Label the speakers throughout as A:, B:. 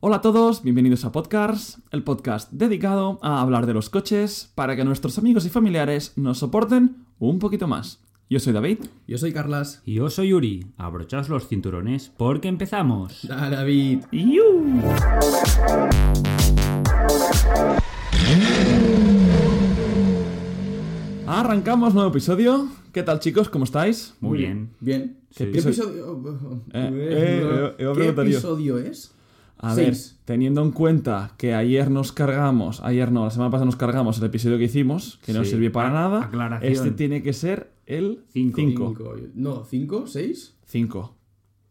A: Hola a todos, bienvenidos a Podcasts, el podcast dedicado a hablar de los coches para que nuestros amigos y familiares nos soporten un poquito más. Yo soy David.
B: Yo soy Carlas.
C: Y yo soy Yuri. Abrochaos los cinturones porque empezamos.
B: Da, David.
A: Arrancamos nuevo episodio. ¿Qué tal chicos? ¿Cómo estáis?
C: Muy bien.
B: Bien.
C: Sí.
B: ¿Qué
C: Soy-
B: episodio, Oh,
A: Eh, eh, eh, iba a
B: ¿Qué
A: preguntar yo.
B: episodio es?
A: A
B: Seis.
A: ver, teniendo en cuenta que ayer nos cargamos, ayer no, la semana pasada nos cargamos el episodio que hicimos, que no
C: Sí.
A: sirvió para
C: A-
A: nada,
C: aclaración.
A: este tiene que ser el
C: Cinco.
A: 5.
B: No, ¿cinco? ¿Seis?
A: 5.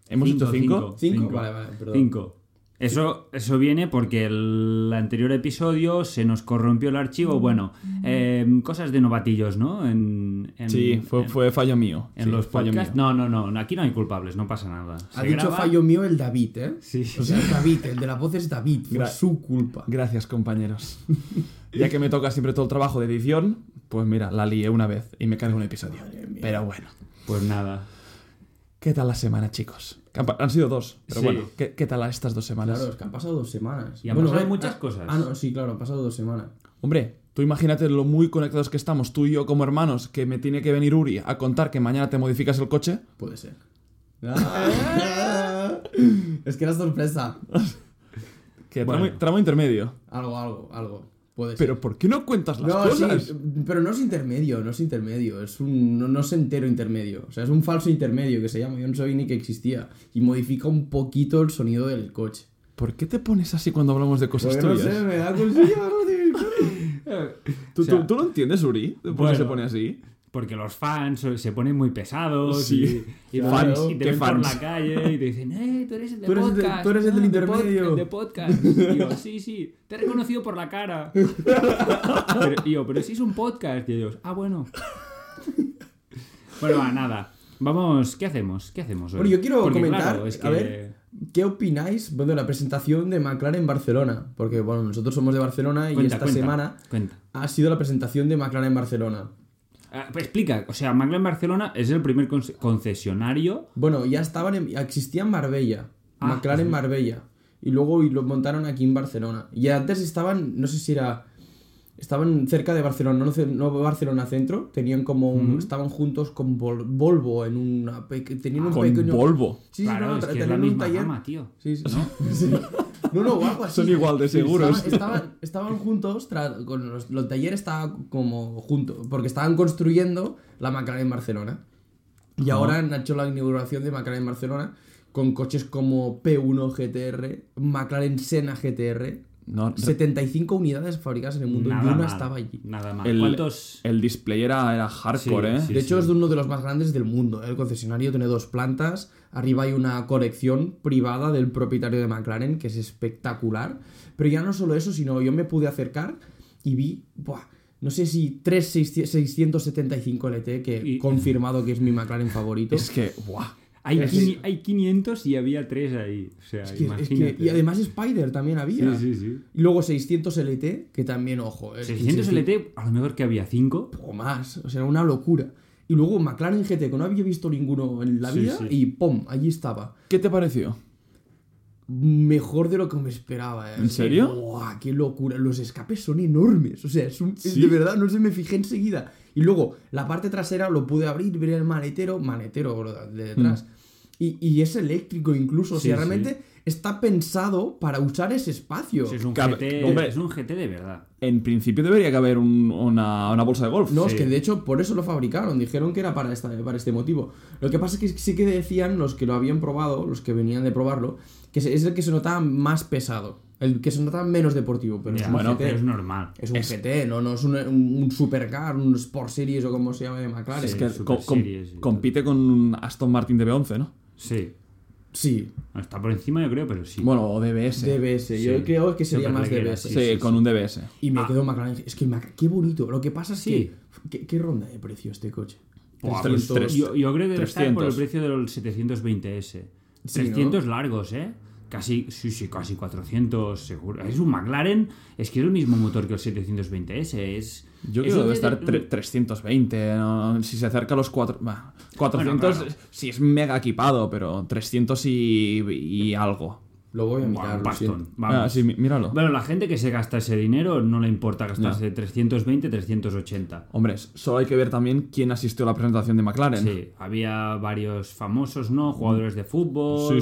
A: ¿Hemos
C: Cinco,
A: hecho 5?
C: cinco.
B: ¿Cinco?
C: Cinco.
B: Vale, vale, perdón.
C: 5. Eso, eso viene porque el anterior episodio se nos corrompió el archivo. Bueno, eh, cosas de novatillos, ¿no? En, en-
A: Sí, fue,
C: en-
A: fue fallo mío.
C: en
A: Sí,
C: los
A: fallo
C: podcasts.
A: mío.
C: No, no, no. Aquí no hay culpables, no pasa nada.
B: Ha
C: Se
B: dicho
C: graba-
B: fallo mío el David, ¿eh?
C: Sí.
B: O sea, David, el de la voz es David, fue
A: Gra-
B: su culpa.
A: Gracias, compañeros. ya que me toca siempre todo el trabajo de edición, pues mira, la lié una vez y me cargo un episodio. Pero bueno.
C: Pues nada.
A: ¿Qué tal la semana, chicos? Que Han, pa- han sido dos, pero
C: Sí.
A: bueno, ¿qué, qué tal estas dos semanas?
B: Claro, es que han pasado dos semanas.
C: Y han pasado muchas
B: ah,
C: cosas.
B: Ah, no, sí, claro, han pasado dos semanas.
A: Hombre, tú imagínate lo muy conectados que estamos, tú y yo como hermanos, que me tiene que venir Uri a contar que mañana te modificas el coche.
B: Puede ser. es que era sorpresa.
A: Que
C: Bueno.
A: tramo, tramo intermedio.
B: Algo, algo, algo. Puede ser.
A: Pero ¿por qué no cuentas las
B: No, sí,
A: cosas?
B: pero no es intermedio, no es intermedio, es un no, no es entero intermedio, o sea, es un falso intermedio que se llama, yo no sabía ni que existía y modifica un poquito el sonido del coche. Pues
A: ¿Por qué te pones así cuando hablamos de cosas
B: Porque no
A: tuyas?
B: sé, me da cosilla, ¿no?
A: ¿Tú,
C: O sea,
A: tú- tú lo entiendes, Uri? ¿Por qué
C: Bueno.
A: se pone así?
C: Porque los fans se ponen muy pesados
A: Sí.
C: y, y
B: Fans,
C: van- y te
A: ¿qué
C: ven
A: fans?
C: por la calle y te dicen, ¡eh, tú eres el de
B: Tú eres el de-
C: podcast!
B: tú eres el del
C: ¿no? De pod-
B: intermedio".
C: el de podcast. Y yo, sí, sí, te he reconocido por la cara. Pero, y yo, pero si es un podcast. Y ellos, ah, bueno. Bueno, va, nada. Vamos, ¿qué hacemos? ¿Qué hacemos hoy?
B: Bueno, yo quiero
C: Porque,
B: comentar,
C: claro, es
B: a
C: que-
B: ver, ¿qué opináis de la presentación de McLaren en Barcelona? Porque bueno, nosotros somos de Barcelona y
C: cuenta,
B: esta
C: cuenta,
B: semana
C: Cuenta.
B: ha sido la presentación de McLaren en Barcelona.
C: Ah, pues explica, o sea, McLaren Barcelona es el primer conce- concesionario.
B: Bueno, ya estaban en, existía en Marbella,
C: Ah,
B: McLaren Marbella, y luego y lo montaron aquí en Barcelona. Y antes estaban, no sé si era, estaban cerca de Barcelona, no, ce- no Barcelona centro, tenían como un, estaban juntos con Vol- Volvo en una, peque- tenían un
A: Con
B: pequeño
A: Volvo.
B: sí, sí,
C: claro,
B: no,
C: es
B: tra-
C: que es la
B: tenían un
C: misma
B: taller.
C: gama, tío.
B: Sí, sí, ¿no? No, no, algo así.
A: Son igual de seguros.
B: Estaban, estaban- estaban juntos, tra- con los, los talleres estaban como juntos, porque estaban construyendo la McLaren Barcelona. Y ahora han hecho la inauguración de McLaren Barcelona con coches como P1 GTR, McLaren Sena GTR.
A: No,
B: 75 unidades fabricadas en el mundo y
C: Nada
B: una
C: mal,
B: estaba allí.
C: Nada más.
A: el,
C: ¿Cuántos?
A: el display era, era hardcore,
C: Sí,
A: ¿eh?
B: De hecho, es de uno de los más grandes del mundo. El concesionario tiene dos plantas. Arriba hay una colección privada del propietario de McLaren, que es espectacular. Pero ya no solo eso, sino yo me pude acercar y vi, buah, no sé si 3675 LT, que he
C: Y-
B: confirmado que es mi McLaren favorito.
A: Es que, ¡buah!
C: Hay,
B: Es-
C: quini- hay 500 y había 3 ahí. O sea,
B: Es que- es que-
C: imagínate.
B: y además Spider también había.
C: Sí, sí, sí.
B: Y luego 600 LT, que también, ojo. es que
C: 600 LT, a lo mejor que había 5.
B: o más, o sea, una locura. Y luego McLaren GT, que no había visto ninguno en la
C: Sí,
B: vida,
C: sí.
B: y ¡pum! Allí estaba.
A: ¿Qué te pareció?
B: mejor de lo que me esperaba. ¿eh?
A: ¿En serio?
B: ¡Buah, qué locura! Los escapes son enormes. O sea, es un- es de verdad, no se me fijé enseguida. Y luego, la parte trasera lo pude abrir, ver el maletero, maletero bro, de detrás. Y, y es eléctrico incluso. o
C: Mm. Sí,
B: sea,
C: sí.
B: realmente está pensado para usar ese espacio.
C: pues Es un,
A: Cabe-
C: GT,
A: hombre.
C: es un GT de verdad.
A: En principio debería que haber un- una, una bolsa de golf.
B: No,
C: Sí.
B: es que de hecho por eso lo fabricaron, dijeron que era para, esta, para este motivo. Lo que pasa es que sí que decían los que lo habían probado, los que venían de probarlo, que se- es el que se notaba más pesado, el que se notaba menos deportivo, pero
C: Ya,
B: es un
C: bueno,
B: GT.
C: pero es normal.
B: Es un GT, no, no es un, un, un supercar, un Sport Series o como se llama de McLaren.
A: es
C: sí,
A: que
C: Super
A: co- com-
C: Series y tal.
A: compite con un Aston Martin DB11, ¿no?
C: Sí.
B: Sí,
C: Está por encima, yo creo, pero sí.
A: Bueno, o DBS.
B: DBS. Yo creo que sería
C: Yo creo
B: más
C: que era
B: DBS.
A: sí,
C: sí, sí, Ah.
A: con un DBS.
B: Y me quedo McLaren. Es que el Mac- qué bonito. Lo que pasa es
C: Sí.
B: que. ¿qué, qué ronda de precio este coche?
C: Buah, pues
B: 300.
A: tres-
C: yo, yo creo que debe estar por el
A: 300.
C: precio del 720S.
B: Sí,
C: 300 largos, ¿eh? Casi, sí, sí, casi 400, seguro. Es un McLaren, es que es el mismo motor que el 720S. Es,
A: Yo creo
C: es
A: que
C: un
A: debe
C: GT
A: estar tre- 320, ¿no? si se acerca a los cuatro, bah, 400,
C: Bueno,
A: si es mega equipado, pero 300 y, y algo.
B: Lo voy a
C: Buah,
B: mirar.
C: un
B: lo siento.
C: pastón. Vamos.
A: Ah, sí, mí- míralo.
C: Bueno, la gente que se gasta ese dinero no le importa gastarse 320, 380.
A: Hombre, solo hay que ver también quién asistió a la presentación de McLaren.
C: Sí, había varios famosos, ¿no? Jugadores de fútbol.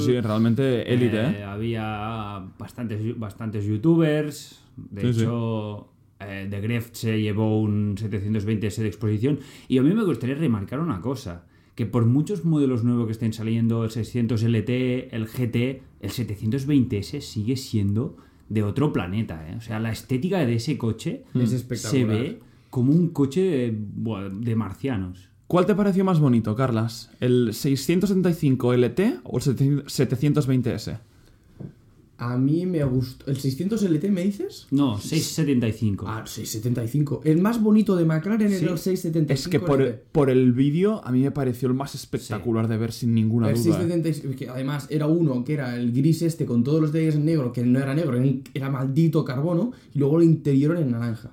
A: sí, sí, realmente élite,
C: Eh,
A: ¿eh?
C: Había bastantes, bastantes youtubers. De
A: Sí, sí.
C: hecho, eh, The Grefg se llevó un 720S de exposición. Y a mí me gustaría remarcar una cosa. Que por muchos modelos nuevos que estén saliendo, el 600 LT, el GT, el 720S sigue siendo de otro planeta. ¿eh? O sea, la estética de ese coche
A: Mm.
B: Es
C: se
B: espectacular.
C: ve como un coche de, buah, de marcianos.
A: ¿Cuál te pareció más bonito, Carlas? ¿El 675 LT o el 720S?
B: A mí me gustó. ¿El 600 LT me dices?
C: No, 675.
B: Ah, 675. El más bonito de McLaren
C: Sí.
B: era el 675.
A: Es que por,
B: LT.
A: por el vídeo a mí me pareció el más espectacular de ver sin ninguna
B: El
A: duda. ¿eh?
B: 675, que además era uno que era el gris este con todos los detalles en negro, que no era negro, era, un- era maldito carbono, y luego el interior en naranja.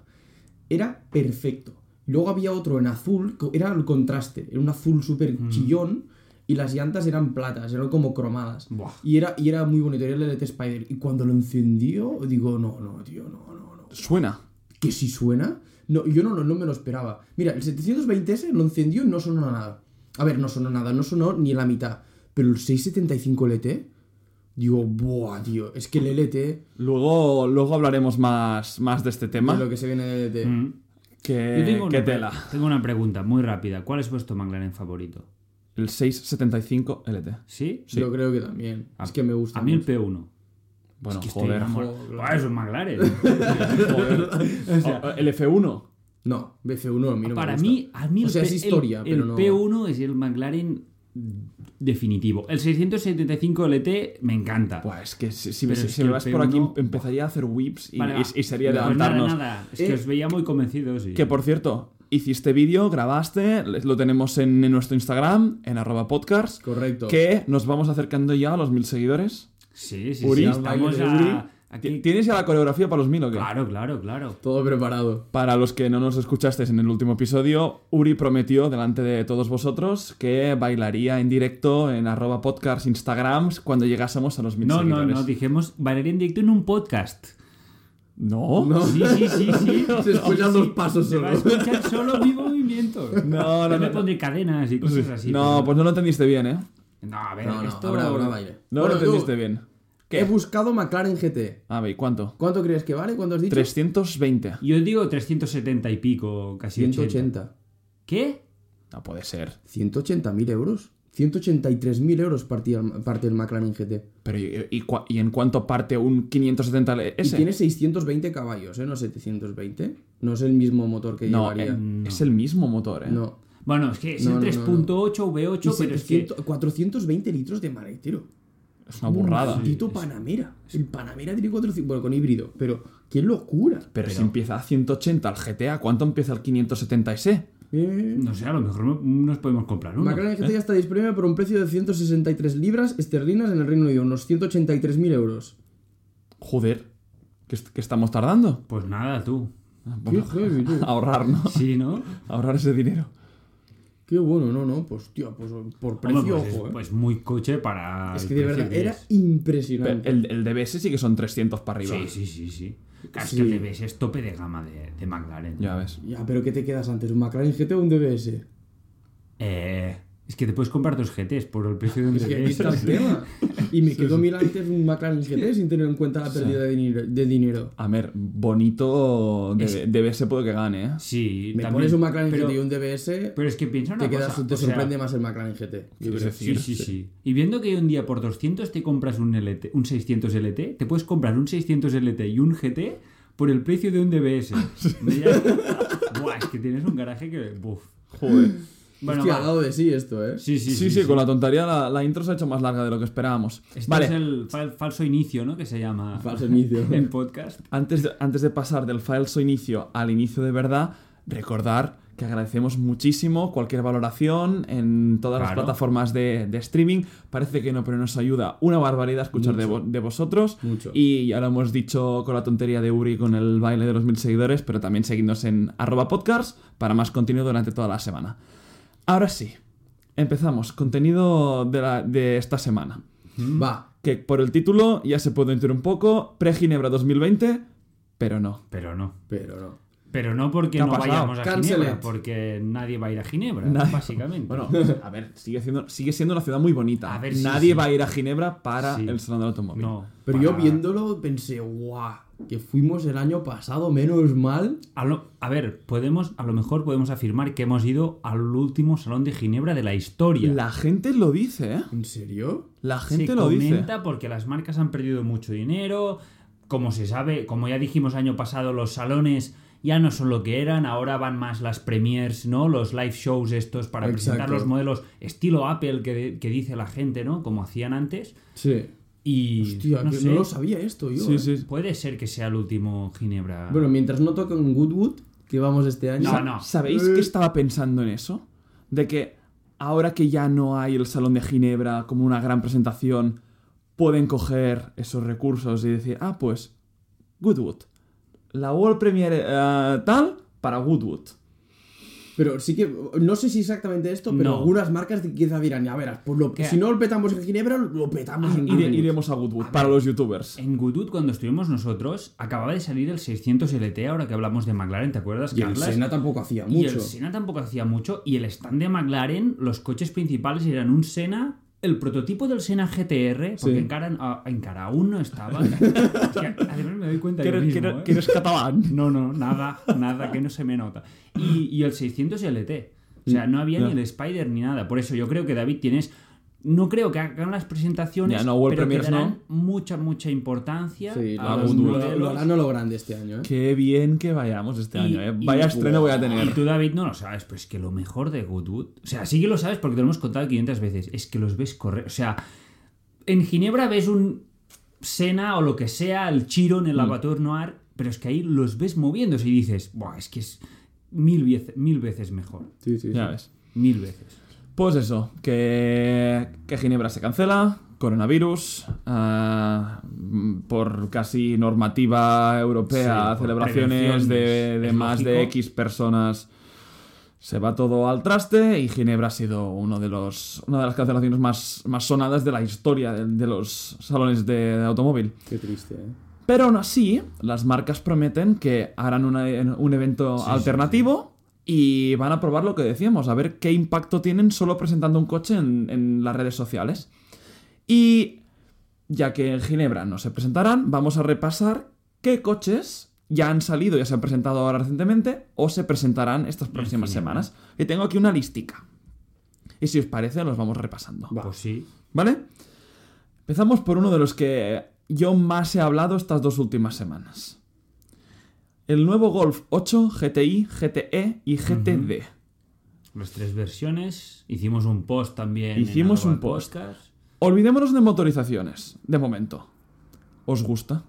B: Era perfecto. Luego había otro en azul, co- era el contraste, era un azul súper
A: Mm.
B: chillón, y las llantas eran platas, eran como cromadas.
C: Buah.
B: Y era, y era muy bonito, era el LT Spider. Y cuando lo encendió, digo, no, no, tío, no, no, no.
A: Suena.
B: ¿Que si suena? No, yo no, no, no me lo esperaba. Mira, el 720S lo encendió y no sonó a nada. A ver, no sonó nada, no sonó ni la mitad. Pero el 675 LT, digo, buah, tío, es que el LT, de
A: Luego, luego hablaremos más, más de este tema.
B: lo que se viene del LT.
C: Mm.
A: Que,
C: Yo tengo
A: que
C: una,
A: Eh, tela.
C: tengo una pregunta muy rápida. ¿Cuál es vuestro McLaren favorito?
A: El 675 LT.
C: ¿Sí?
B: Yo creo que también.
C: A-
B: es que me gusta.
C: A mí el
B: mucho.
C: P1.
A: Bueno,
C: Es que estoy
A: joder,
C: enamorado.
B: joder.
C: Ah, es un McLaren.
A: joder. O- el F1.
B: No, BF1 a mí no me
C: Para
B: gusta.
C: mí, ah, a mí el,
B: O sea,
C: P-
B: es
C: el-
B: historia,
C: el,
B: pero no-
C: P1 es el McLaren definitivo. El 675 LT me encanta.
A: Buah, es Pues que si, si-
C: Pero
A: si-
C: es
A: si
C: que
A: me
C: el
A: vas por aquí
C: P1,
A: empezaría a hacer whips y,
C: Vale, va.
A: y- y sería
C: Pues nada,
A: levantarnos.
C: nada. Es que
B: Eh,
C: os veía muy convencidos. y-
A: Que por cierto, hiciste vídeo, grabaste, lo tenemos en, en nuestro Instagram, en arroba podcast.
B: Correcto.
A: Que nos vamos acercando ya a los mil seguidores.
C: Sí, sí,
A: Uri,
C: sí.
B: al baile
C: Estamos
B: de
C: a...
A: Ti-
C: aquí.
A: ¿Tienes ya la coreografía para los mil o qué?
C: Claro, claro, claro.
B: Todo preparado.
A: Para los que no nos escuchasteis en el último episodio, Uri prometió delante de todos vosotros que bailaría en directo en arroba podcast Instagrams cuando llegásemos a los mil
C: No, no,
A: seguidores.
C: no. Dijimos bailaría en directo en un podcast.
A: ¿No?
B: No.
C: Sí, sí, sí, sí.
B: Se escuchan
C: Sí,
B: los
C: sí.
B: pasos
C: Se va a
B: solo.
C: escuchar solo mi movimiento.
A: No, no,
C: Yo me
A: no.
C: pondré cadenas y cosas así.
A: No, pues no lo entendiste bien, ¿eh?
C: No, a ver,
B: No, no,
C: esto...
B: habrá, habrá baile.
A: No
B: Bueno,
A: lo
B: tú,
A: entendiste bien.
B: He buscado McLaren GT.
A: A ver, ¿cuánto?
B: ¿Cuánto crees que vale? ¿Cuánto has dicho?
A: 320.
C: Yo digo 370 y pico, casi 80.
B: 180.
C: ¿Qué?
A: No puede ser.
B: 180.000 euros. 183.000 euros partía- parte el McLaren GT.
A: Pero, ¿y, y cua- y en cuánto parte un 570
B: Y
A: S?
B: tiene 620 caballos, ¿eh? No 720. No es el mismo motor que
A: No,
B: llevaría.
A: eh, es el mismo motor, ¿eh?
B: No.
C: Bueno, es que es
B: No,
C: el
B: no, no,
C: 3.8 V8,
B: Y
C: pero es que...
B: 700 420 litros de maletero.
A: Es una burrada.
B: Maldito Panamera. El Panamera tiene 400... Bueno, con híbrido. Pero, ¡qué locura!
A: Pero, si empieza a 180 el GTA, ¿cuánto empieza el 570 S?
B: Eh,
C: No sé, a lo mejor no- eh. nos podemos comprar uno.
B: McLaren GT ya está disponible por un precio de 163 libras esterlinas en el Reino Unido. Unos 183.000 euros.
A: Joder, ¿qué, est- qué estamos tardando?
C: Pues nada, tú.
B: ¡Qué heavy, tú!
A: Ahorrar, ¿no?
C: Sí, ¿no?
A: Ahorrar ese dinero.
B: ¡Qué bueno! No, no, pues, tío, pues por precio,
C: Hombre, pues, es-
B: ojo, eh.
C: pues muy coche para...
B: Es
C: el
B: que de
C: precio
B: verdad,
C: que
B: era
C: es.
A: Pero
B: impresionante.
A: el, el DBS sí que son 300 para arriba.
C: Sí, sí, sí, sí. Claro, es
B: Sí.
C: que el DBS es tope de gama de, de McLaren.
A: Ya ves.
B: Ya, pero ¿qué te quedas antes? ¿Un McLaren GT o un DBS?
C: Eh, es que te puedes comprar dos GTs por el precio de un
B: Es que aquí
C: DBS.
B: está el tema. Y me quedó mil antes un McLaren GT sin tener en cuenta la pérdida de dinero. de dinero.
A: A ver, bonito de- DBS puedo que gane, ¿eh?
C: Sí,
B: Me
C: también,
B: pones un McLaren
C: pero-
B: GT y un DBS,
C: Pero es que piensa una
B: te, quedas,
C: cosa,
B: te
C: o sea,
B: sorprende más el McLaren GT. yo
A: Es
B: creo.
A: decir,
C: sí, sí, sí. Y viendo que un día por 200 te compras un, LT, un 600 LT, te puedes comprar un 600 LT y un GT por el precio de un DBS. Ya- Buah, es que tienes un garaje que... Buf.
A: Joder.
C: Bueno,
B: Hostia,
C: va.
B: ha dado de sí esto, ¿eh?
C: Sí, sí,
A: Sí,
C: sí.
A: sí, con la tontería la, la intro se ha hecho más larga de lo que esperábamos.
C: Este
A: vale,
C: es el fal- falso inicio, ¿no? Que se llama
B: Falso inicio.
C: en podcast.
A: antes, de, antes de pasar del falso inicio al inicio de verdad, recordar que agradecemos muchísimo cualquier valoración en todas las
C: Claro.
A: plataformas de, de streaming. Parece que no, pero nos ayuda una barbaridad escuchar de, vo- de vosotros.
B: Mucho.
A: Y ya lo hemos dicho con la tontería de Uri con el baile de los mil seguidores, pero también seguidnos en arroba podcast para más contenido durante toda la semana. Ahora sí, empezamos. Contenido de, la- de esta semana.
B: Va.
A: Que por el título ya se puede intuir un poco, pre-Ginebra 2020, pero no.
C: Pero no.
B: Pero no.
C: Pero no porque
A: ¿Qué ha
C: no
A: pasado?
C: vayamos a
B: Cancel
C: Ginebra,
B: it.
C: porque nadie va a ir a Ginebra,
A: Nadie.
C: básicamente.
A: Bueno, a ver, sigue siendo, sigue siendo una ciudad muy bonita.
C: A ver, sí,
A: Nadie
C: sí.
A: va a ir a Ginebra para
C: Sí.
A: el Salón del Automóvil.
C: no.
B: Pero
C: para-
B: yo viéndolo pensé, guau, que fuimos el año pasado, menos mal.
C: A, lo- a ver, podemos, a lo mejor podemos afirmar que hemos ido al último salón de Ginebra de la historia.
A: La gente lo dice, ¿eh?
B: ¿En serio?
A: La gente
C: se
A: lo
C: comenta
A: dice.
C: porque las marcas han perdido mucho dinero. Como se sabe, como ya dijimos año pasado, los salones ya no son lo que eran, ahora van más las premiers, ¿no? Los live shows estos para presentar
B: Exacto.
C: los modelos estilo Apple que, que dice la gente, ¿no? Como hacían antes.
B: Sí.
C: Y
B: Hostia,
C: no
B: que
C: sé,
B: no lo sabía esto yo.
A: Sí,
B: eh.
A: sí.
C: puede ser que sea el último Ginebra.
B: Bueno, mientras no toquen Goodwood, que vamos este año.
C: No, no.
A: ¿Sabéis que estaba pensando en eso? De que ahora que ya no hay el Salón de Ginebra como una gran presentación, pueden coger esos recursos y decir, ah, pues, Goodwood. La World Premiere eh, tal para Goodwood.
B: Pero sí que, no sé si exactamente esto, pero
C: No.
B: algunas marcas de- quizá dirán, ya verás, pues lo,
C: ¿Qué? Ah,
B: si no lo petamos en Ginebra, lo petamos en
A: Ire-
B: Goodwood.
A: iremos a Goodwood para los youtubers.
C: En Goodwood, cuando estuvimos nosotros, acababa de salir el 600 LT, ahora que hablamos de McLaren, ¿te acuerdas,
B: Y el
C: Carlas?
B: Senna tampoco hacía
C: Y
B: mucho.
C: el Senna tampoco hacía mucho. Y el stand de McLaren, los coches principales eran un Senna, el prototipo del Senna GTR, porque
A: Sí.
C: en, cara, a- en cara aún no estaba. Hostia, además me doy cuenta yo
A: Que eres- que
C: mismo,
A: eres-
C: ¿eh?
A: que eres catalán.
C: No, no, nada, nada, que no se me nota. Y, y el 600 LT. O sea, no había ni el Spider ni nada. Por eso yo creo que David tienes... No creo que hagan las presentaciones,
A: Ya, no, World
C: pero que
A: Premiers
C: darán mucha, mucha importancia
B: Sí,
C: a
B: lo,
C: los
A: Goodwood.
B: lo,
C: modelos.
B: lo harán a lo grande este año, ¿eh?
A: Qué bien que vayamos este
C: Y-
A: año, ¿eh?
C: y-
A: Vaya estreno voy a
C: Y
A: tener.
C: tú, David, no lo sabes, pero es que lo mejor de Goodwood, o sea, sí que lo sabes porque te lo hemos contado 500 veces, es que los ves correr, o sea, en Ginebra ves un Sena o lo que sea, el Chiron,
A: Mm.
C: el Lavator Noir, pero es que ahí los ves moviéndose y dices, Buah, es que es mil, viece- mil veces mejor,
B: Sí, sí, sí.
A: Ya ves.
C: mil veces.
A: Pues eso, que, que Ginebra se cancela, coronavirus, ah, mm, por casi normativa europea,
C: Sí, por
A: celebraciones de,
C: prevenciones,
A: de
C: es
A: más de
C: lógico.
A: X personas, se va todo al traste y Ginebra ha sido uno de los, una de las cancelaciones más, más sonadas de la historia de, de los salones de- de automóvil.
B: Qué triste, ¿eh?
A: Pero aún así, las marcas prometen que harán una- un evento
C: sí,
A: alternativo y van a probar lo que decíamos, a ver qué impacto tienen solo presentando un coche en, en las redes sociales. Y ya que en Ginebra no se presentarán, vamos a repasar qué coches ya han salido, ya se han presentado ahora recientemente o se presentarán estas próximas
C: Ginebra.
A: semanas. Y tengo aquí una listica. Y si os parece, los vamos repasando.
B: Va.
C: Pues sí,
A: ¿Vale? Empezamos por uno de los que yo más he hablado estas dos últimas semanas. El nuevo Golf 8 GTI, GTE E y GTD.
C: las tres versiones, hicimos un post también. en
A: Hicimos
C: arroba
A: un post.
C: podcast.
A: Olvidémonos de motorizaciones, de momento. ¿Os gusta?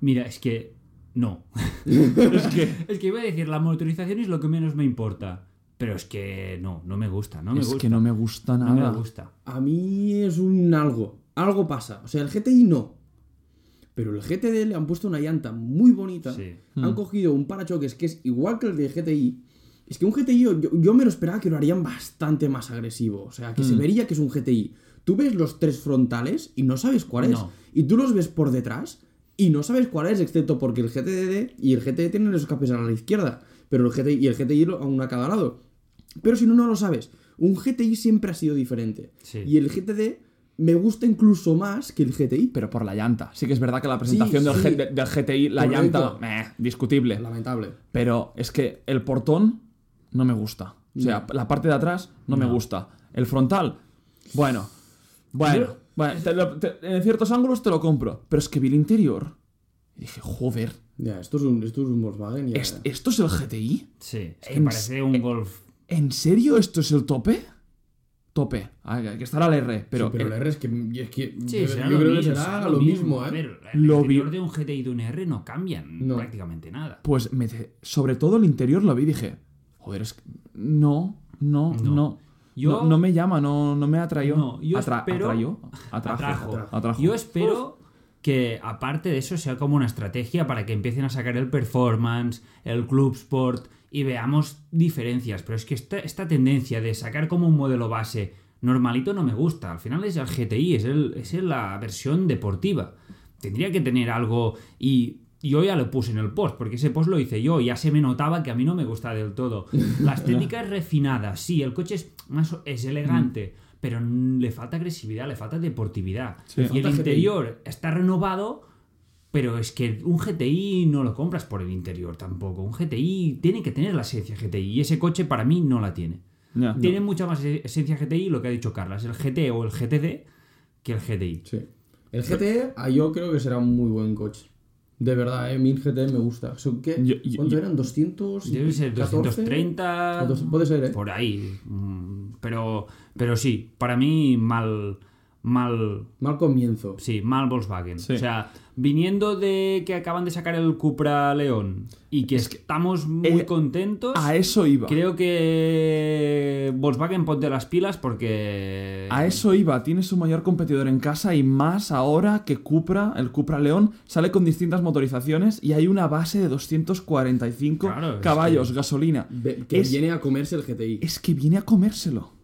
C: Mira, es que no.
A: es que,
C: Es que iba a decir, la motorización es lo que menos me importa. Pero es que no, no me gusta, no me
A: es
C: gusta.
A: que no me gusta nada.
C: no me gusta.
B: A mí es un algo. Algo pasa. O sea, el GTI no. Pero el GTD le han puesto una llanta muy bonita.
C: Sí.
B: Han cogido un parachoques que es igual que el del GTI. Es que un GTI yo, yo- yo me lo esperaba que lo harían bastante más agresivo. O sea, que se vería que es un GTI. Tú ves los tres frontales y no sabes cuál es.
C: No.
B: Y tú los ves por detrás y no sabes cuál es, excepto porque el GTD y el GTE tienen los escapes a la izquierda. Pero el GTI y el GTI lo- a uno a cada lado. Pero si no, no lo sabes. Un GTI siempre ha sido diferente.
C: Sí.
B: Y el GTD me gusta incluso más que el GTI.
A: Pero por la llanta. Sí que es verdad que la presentación
B: Sí,
A: del,
B: sí.
A: G- de- del GTI, la
B: Correcto.
A: llanta, meh, discutible.
B: Lamentable.
A: Pero es que el portón no me gusta. O sea, la parte de atrás no, me gusta. El frontal, bueno. Bueno, bueno, te lo- te- en ciertos ángulos te lo compro. Pero es que vi el interior. Y dije, joder,
B: Ya, esto es un, esto es un Volkswagen. Ya.
A: ¿est- ¿esto es eh, el GTI?
C: Sí, es que
A: En-
C: parece un golf.
A: ¿En serio esto es el tope? Tope. Ah, Hay que estar al R, pero.
B: Sí, pero el
A: eh,
B: R es que, es que
C: Sí,
B: yo,
C: será
B: yo
C: lo
B: creo
C: mismo,
B: que será
C: será
B: lo mismo, ¿eh?
C: A ver, el
A: Lo
C: interior
A: vi-
C: de un GT y de un R no cambian
B: No.
C: prácticamente nada.
A: pues me de- sobre todo el interior lo vi y dije, joder, es que. No, no,
C: No.
A: no.
C: Yo-
A: no, no me llama, no, no me atrayó.
C: No, yo
A: Atra-
C: espero-
A: atrayó, atrajo,
C: Atrajo.
A: atrajo.
C: Yo espero que, aparte de eso, sea como una estrategia para que empiecen a sacar el performance, el club sport y veamos diferencias. Pero es que esta, esta tendencia de sacar como un modelo base normalito no me gusta. Al final es el GTI, es, el, es la versión deportiva. Tendría que tener algo y yo ya lo puse en el post, porque ese post lo hice yo, ya se me notaba que a mí no me gusta del todo. La estética es refinada, sí, el coche es, más, es elegante, pero le falta agresividad, le falta deportividad.
A: Sí.
C: y el
B: Falta GTI.
C: interior está renovado, pero es que un GTI no lo compras por el interior tampoco. Un GTI tiene que tener la esencia GTI, y ese coche para mí no la tiene.
A: Ya.
C: Tiene mucha más e-, esencia GTI, lo que ha dicho Carla, es el GT o el GTD que el GTI.
B: Sí. El GT, ah, yo creo que será un muy buen coche. De verdad, eh, mi GT me gusta. O sea, ¿qué?
A: Yo- yo-
B: ¿Cuánto
A: yo-
B: eran? ¿200?
C: Debe ser 230.
B: O dos- Puede ser, ¿eh?
C: por ahí. Mm, Pero, pero sí, para mí mal, mal,
B: Mal comienzo.
C: sí, mal Volkswagen.
A: Sí.
C: O sea, viniendo de que acaban de sacar el Cupra León y que estamos muy
A: eh,
C: contentos,
A: A eso iba.
C: creo que Volkswagen ponte las pilas porque
A: A eso iba, tiene su mayor competidor en casa y más ahora que Cupra, el Cupra León, sale con distintas motorizaciones y hay una base de 245
C: Claro, es
A: caballos,
C: que-
A: gasolina.
B: Ve- Que
A: Es-
B: viene a comerse el GTI.
A: Es que viene a comérselo.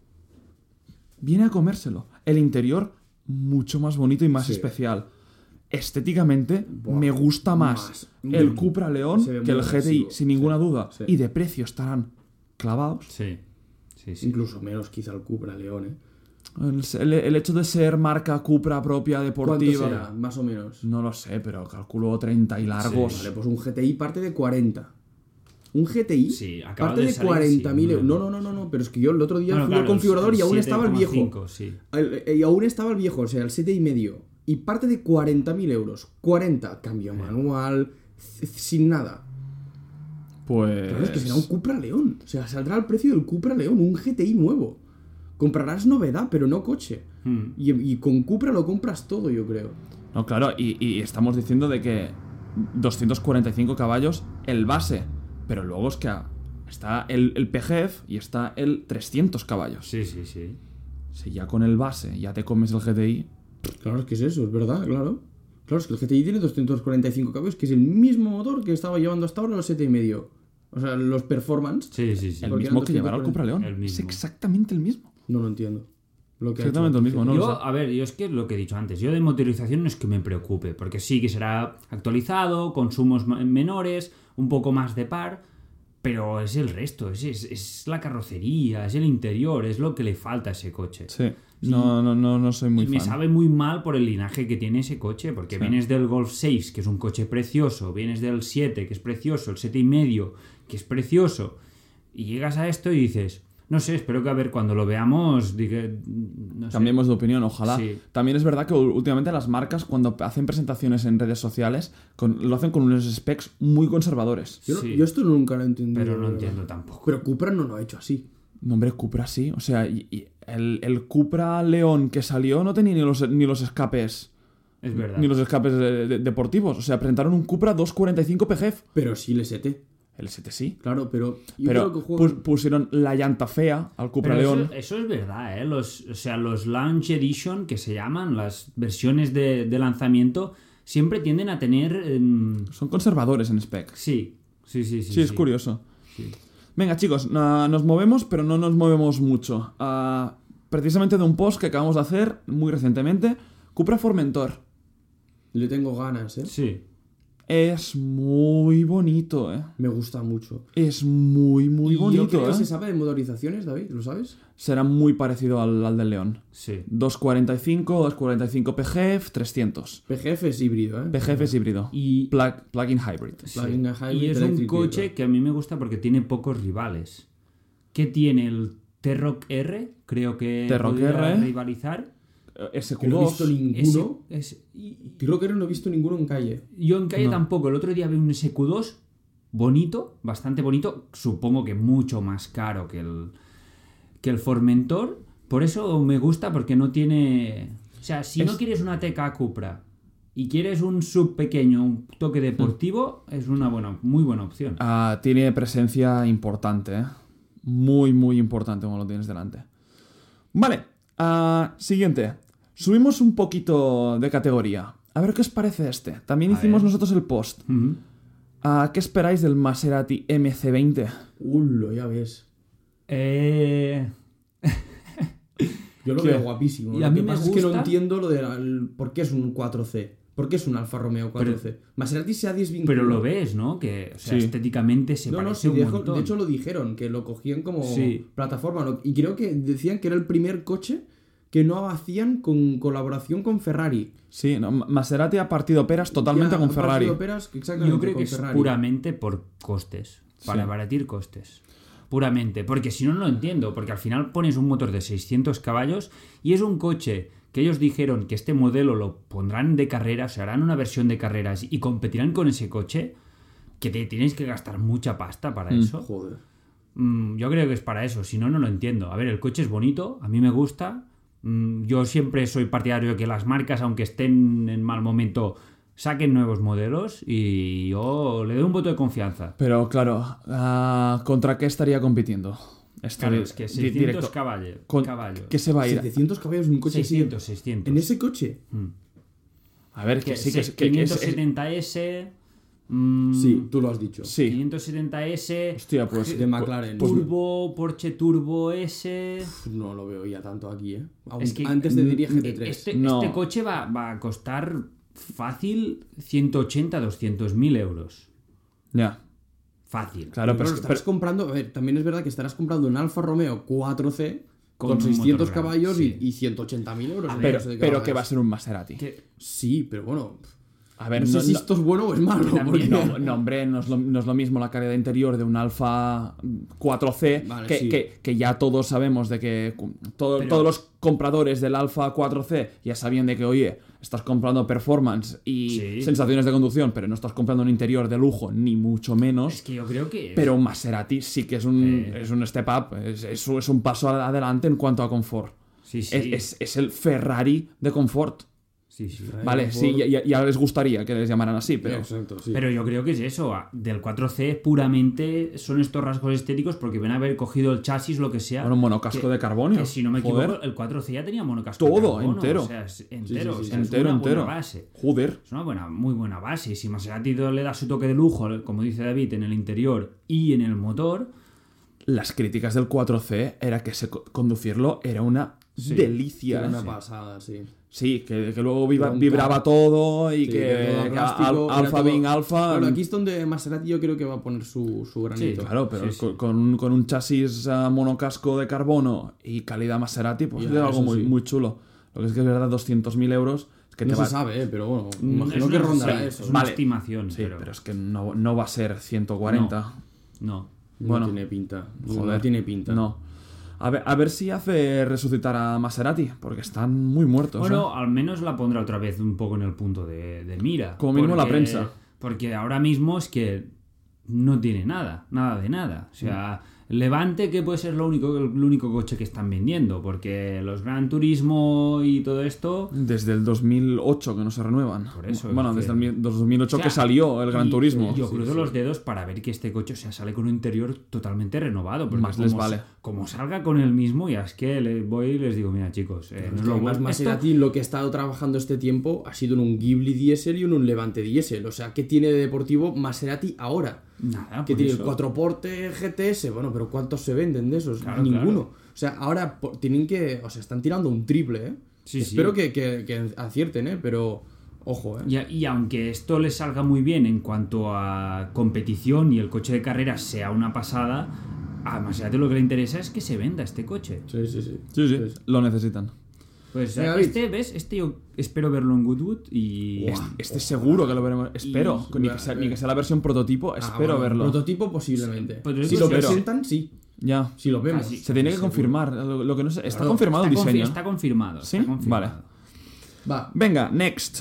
A: Viene a comérselo. El interior, mucho más bonito y más
B: Sí.
A: especial. Estéticamente,
B: Buah,
A: me gusta más,
B: más.
A: el
B: Mm.
A: Cupra León
B: Se ve
A: que el
B: muy
A: GTI,
B: agresivo.
A: sin ninguna
B: Sí,
A: duda.
B: sí.
A: Y de precio estarán clavados.
C: sí, sí, sí.
B: Incluso menos quizá el Cupra León, ¿eh?
A: El, el- el hecho de ser marca Cupra propia,
B: ¿Cuánto
A: deportiva.
B: será? Más o menos.
A: No lo sé, pero calculo 30 y largos.
B: Vale, pues un GTI parte de 40. Un GTI
C: Sí, acaba
B: parte
C: de
B: de,
C: salir,
B: 40.000
C: sí,
B: euros. No,
C: no,
B: no, no, no, no, pero es que yo el otro día
C: Bueno,
B: fui
C: claro,
B: al configurador y aún estaba el viejo.
C: 7,5, sí.
B: El- eh, y aún estaba el viejo, o sea, el 7,5. y medio. Y parte de 40.000 euros. 40, cambio manual, c- sin nada.
A: Pues.
B: Claro, es que será un Cupra León. O sea, saldrá el precio del Cupra León, un GTI nuevo. Comprarás novedad, pero no coche.
C: Mm.
B: Y, y con Cupra lo compras todo, yo creo.
A: No, claro, y, y estamos diciendo de que 245 caballos, el base. Pero luego es que ah, está el, el PGF y está el 300 caballos.
C: Sí, sí, sí.
A: Si ya con el base ya te comes el GTI.
B: Claro, es que es eso, es verdad, claro. Claro, es que el GTI tiene 245 caballos, que es el mismo motor que estaba llevando hasta ahora los 7,5. O sea, los performance.
C: Sí, sí, sí.
A: El
B: ¿Por qué
A: mismo
B: no
A: que llevará el
B: 240?
A: Cupra León.
C: El
A: Es
C: mismo.
A: exactamente el mismo.
B: No lo entiendo. Lo que ha
A: Exactamente
B: hecho.
A: lo mismo, ¿no?
C: yo,
A: lo sé.
C: a ver, yo es que lo que he dicho antes, yo de motorización no es que me preocupe, porque sí que será actualizado, consumos ma- menores, un poco más de par, pero es el resto, es, es- es la carrocería, es el interior, es lo que le falta a ese coche.
A: Sí. No, no, no, no soy muy
C: Y me
A: fan.
C: sabe muy mal por el linaje que tiene ese coche, porque vienes del Golf 6, que es un coche precioso, vienes del 7, que es precioso, el 7 y medio, que es precioso, y llegas a esto y dices, no sé, espero que a ver cuando lo veamos, diga, no sé.
A: Cambiemos de opinión, ojalá.
C: Sí.
A: También es verdad que u- últimamente las marcas, cuando hacen presentaciones en redes sociales, con- lo hacen con unos specs muy conservadores.
B: Yo, no-
C: Sí.
B: yo esto nunca lo he entendido.
A: Mm,
C: pero no
B: la verdad.
C: entiendo tampoco.
B: Pero Cupra no lo ha hecho así.
A: Nombre Cupra sí, o sea, y- y el, el Cupra León que salió no tenía ni los, ni los escapes,
C: Es verdad.
A: ni los escapes eh, de- deportivos, o sea, presentaron un Cupra 245 PGF,
B: Pero sí el ST.
A: el 7 sí,
B: Claro, pero
A: pero
B: yo
A: pues-
B: creo que juega-
A: pus- pusieron la llanta fea al Cupra
C: Pero eso,
A: León,
C: eso es verdad, ¿eh? Los, o sea, los Launch Edition, que se llaman, las versiones de, de lanzamiento, siempre tienden a tener... em,
A: son conservadores en specs,
C: sí, sí, sí, sí.
A: sí, es curioso.
C: sí.
A: Venga chicos, na- nos movemos, pero no nos movemos mucho, Ah, precisamente de un post que acabamos de hacer muy recientemente, Cupra Formentor,
B: le tengo ganas, ¿eh?
C: Sí.
A: es muy bonito, eh.
B: Me gusta mucho.
A: Es muy, muy
B: Y
A: bonito,
B: yo creo
A: ¿eh?
B: se sabe de motorizaciones, David, ¿lo sabes?
A: será muy parecido al, al del León.
C: Sí.
A: 245, 245 PGF, 300.
B: PGF es híbrido, ¿eh?
A: PGF es híbrido.
C: Y,
A: Plug- Plug-in hybrid.
C: sí.
B: plug-in hybrid
C: Y es un
B: eléctrico.
C: coche que a mí me gusta porque tiene pocos rivales. ¿Qué tiene el T-Roc R? Creo que
A: T-Roc
C: podría
A: R.
C: rivalizar.
A: Eh,
B: Que no he visto
A: SQ2.
B: ninguno.
C: Ese- ese- y-
B: Creo que no he visto ninguno en calle.
C: Yo en calle tampoco. El otro día vi un SQ2 bonito, bastante bonito. Supongo que mucho más caro que el, que el Formentor. Por eso me gusta, porque no tiene. O sea, si no quieres una TK Cupra y quieres un sub pequeño, un toque deportivo, es una buena, muy buena opción.
A: Ah, tiene presencia importante, ¿eh? Muy, muy importante como lo tienes delante. Vale, ah, siguiente. Subimos un poquito de categoría. A ver qué os parece este. También
C: A
A: hicimos
C: ver.
A: nosotros el post.
C: Ujú.
A: Ah, ¿Qué esperáis del Maserati MC20?
B: Ulo, ya ves.
C: Eh,
B: Yo lo
A: ¿Qué?
B: veo guapísimo.
C: Y
B: lo
C: a mí
B: que
C: me
B: pasa es que no
C: gusta-
B: entiendo lo de la- el- por qué es un 4C. ¿Por qué es un Alfa Romeo 4C? Maserati se ha desvinculado.
C: Pero lo ves, ¿no? Que o sea,
A: Sí.
C: estéticamente se
B: No, no,
C: parece
B: sí,
C: un
B: dejo-
C: montón.
B: de hecho lo dijeron, que lo cogían como
C: Sí.
B: plataforma. ¿no? Y creo que decían que era el primer coche que no hacían con colaboración con Ferrari.
A: Sí, no, Ma- Maserati ha partido peras totalmente
B: Ya,
A: con
B: han
A: Ferrari.
B: partido peras, exactamente,
C: Yo creo
B: con
C: que es
B: Ferrari.
C: puramente por costes,
A: Sí.
C: para abaratir costes. Puramente, porque si no, no lo entiendo, porque al final pones un motor de 600 caballos y es un coche que ellos dijeron que este modelo lo pondrán de carrera, se harán una versión de carreras y competirán con ese coche, que te tienes que gastar mucha pasta para eso.
B: Joder.
C: Mm, yo creo que es para eso, si no, no lo entiendo. A ver, el coche es bonito, a mí me gusta. Mm, yo siempre soy partidario de que las marcas, aunque estén en mal momento, saquen nuevos modelos y yo le doy un voto de confianza.
A: Pero claro, ah, ¿contra qué estaría compitiendo? Esto
C: Claro,
A: di-
C: es que
A: di-
C: 600
A: directo.
C: caballos.
A: Con-
C: caballos.
A: ¿Qué se va a ir?
B: 700 caballos en un coche así.
C: 600,
B: En
C: 600.
B: ese coche.
C: Mm.
A: A ver, que
C: Que
A: sí, que,
C: se-
A: que- que es- es-
C: 570S. mm,
B: Sí, tú lo has dicho.
A: Sí,
C: 570S.
A: hostia, pues.
B: De McLaren. Pues
C: Turbo, Porsche Turbo S.
B: no lo veo ya tanto aquí, ¿eh? Aún-
C: Es que-
B: antes de diría GT3.
C: Este,
A: No.
C: este coche va, va a costar fácil 180, 200 mil euros.
A: Ya,
C: Fácil.
A: claro, pero.
B: Claro,
A: es que-
B: estarás comprando, a ver, también es verdad que estarás comprando un Alfa Romeo 4C
C: Con
B: con,
C: un
B: 600
C: motor grande,
B: caballos y-
C: sí.
B: y, 180.000 euros.
C: A
B: no
A: Ah, pero,
B: sé de
A: pero,
B: qué
A: que va a
B: hablas.
A: ser un Maserati.
C: Que-
B: Sí, pero bueno,
A: A ver,
B: no,
A: no,
B: sé si
A: no-
B: esto es bueno o es malo.
C: También,
B: porque-
A: No, no, hombre, no es, lo, no es lo mismo la calidad interior de un Alfa 4C,
B: Vale,
A: que,
B: sí.
A: que- que ya todos sabemos de que cu- todo-
C: Pero-
A: todos los compradores del Alfa 4C ya sabían de que, oye, estás comprando performance y
C: Sí.
A: sensaciones de conducción, pero no estás comprando un interior de lujo, ni mucho menos.
C: es que yo creo que.
A: Pero un Maserati sí que es un,
C: Eh.
A: es un step up, es, es un- es un paso adelante en cuanto a confort.
C: Sí, sí.
A: Es, es- es el Ferrari de confort.
C: sí, sí.
B: Ferrari.
A: Vale,
B: confort.
A: sí, ya, ya- ya les gustaría que les llamaran así, pero...
B: Eh, Exacto, sí.
C: Pero yo creo que es eso. a- Del 4C puramente son estos rasgos estéticos porque ven a haber cogido el chasis, lo que sea.
A: Bueno, un monocasco
C: que-
A: de carbonio.
C: que si no me
A: Joder.
C: equivoco, el 4C ya tenía monocasco.
A: Todo,
C: de carbono,
A: entero.
C: O sea, es entero.
B: sí,
C: o
B: sí.
C: sea, es
A: Entero,
C: una buena
A: entero.
C: base.
A: Joder.
C: Es una buena, muy buena base. Y si Maserati le da su toque de lujo, como dice David, en el interior y en el motor,
A: Las críticas del 4C era que se co- conducirlo era una delicia.
B: Era una
A: Sí.
B: pasada, sí.
A: Sí, que, que luego viva-
B: Era un
A: vibraba todo y
B: Sí,
A: que,
B: era todo
A: que
B: plástico,
A: al-
B: era
A: alfa
B: todo-
A: bien alfa.
B: Claro, aquí es donde Maserati yo creo que va a poner su, su granito.
A: mm, Claro, pero
C: Sí, sí.
A: con- Con, un- con un chasis ah, monocasco de carbono y calidad Maserati, pues
B: Ya,
A: era algo
B: eso
A: muy,
B: sí.
A: muy chulo. Lo que es que es verdad, 200.000 euros es que
B: no
A: te
B: se
A: va...
B: sabe, eh, pero bueno,
A: Mm,
B: me
C: es
B: imagino
C: una-
B: que rondará
C: sí,
B: eso.
C: Es una
A: Vale.
C: estimación,
A: Sí, pero...
C: pero,
A: es que no, no va a ser 140.
C: no.
A: bueno.
B: no tiene pinta.
A: Joder.
B: No tiene pinta.
A: No. A ver, a ver si hace resucitar a Maserati, porque están muy muertos. ¿eh?
C: Bueno, al menos la pondrá otra vez un poco en el punto de, de mira.
A: Como mínimo la prensa.
C: Porque ahora mismo es que no tiene nada, nada de nada. O sea,
A: Mm.
C: Levante que puede ser lo único, el único coche que están vendiendo, porque los Gran Turismo y todo esto...
A: Desde el 2008 que no se renuevan.
C: Por eso,
A: Bueno,
C: es
A: desde
C: que-
A: el 2008
C: O sea,
A: que salió el Gran
C: Y
A: Turismo.
C: Yo cruzo los dedos para ver que este coche o sea, sale con un interior totalmente renovado. Porque
A: Más
C: como,
A: les vale.
C: como salga con el mismo, ya es que le voy y les digo, mira chicos, eh,
B: Es
C: no os
B: que
C: lo
B: además
C: vuel- esto-
B: Maserati lo que ha estado trabajando este tiempo ha sido en un Ghibli diésel y en un Levante diésel. O sea, ¿qué tiene de deportivo Maserati ahora?
C: Nada,
B: Que
C: Ah, por
B: tiene
C: eso.
B: el 4 porte GTS, bueno, pero ¿cuántos se venden de esos?
C: Claro,
B: Ninguno. O sea, ahora po- tienen que. O sea, están tirando un triple, ¿eh?
C: Sí, sí.
B: Espero Que, que- que acierten, ¿eh? Pero. Ojo, ¿eh?
C: Y, a- y aunque esto les salga muy bien en cuanto a competición y el coche de carrera sea una pasada, a Maserati lo que le interesa es que se venda este coche.
B: Sí, sí, sí.
A: Sí, sí, lo necesitan.
C: Pues
B: Venga, David.
C: este, ¿ves? Este yo espero verlo en Goodwood y...
A: Este, este seguro que lo veremos. Espero.
B: Y-
A: ni, que sea, ni que sea la versión prototipo,
B: Ah,
A: espero
B: bueno,
A: verlo.
B: Prototipo posiblemente.
C: Prototipo
B: si lo
A: espero.
B: presentan, sí.
A: Ya.
B: Si lo vemos.
C: Casi.
A: Se tiene que
B: Seguro.
A: confirmar. Lo, lo que no sé- Está
B: Claro,
A: confirmado
C: Está,
A: el
C: confi-
A: diseño.
C: está confirmado. está
A: ¿Sí?
C: confirmado.
A: Vale.
B: Va.
A: Venga, next.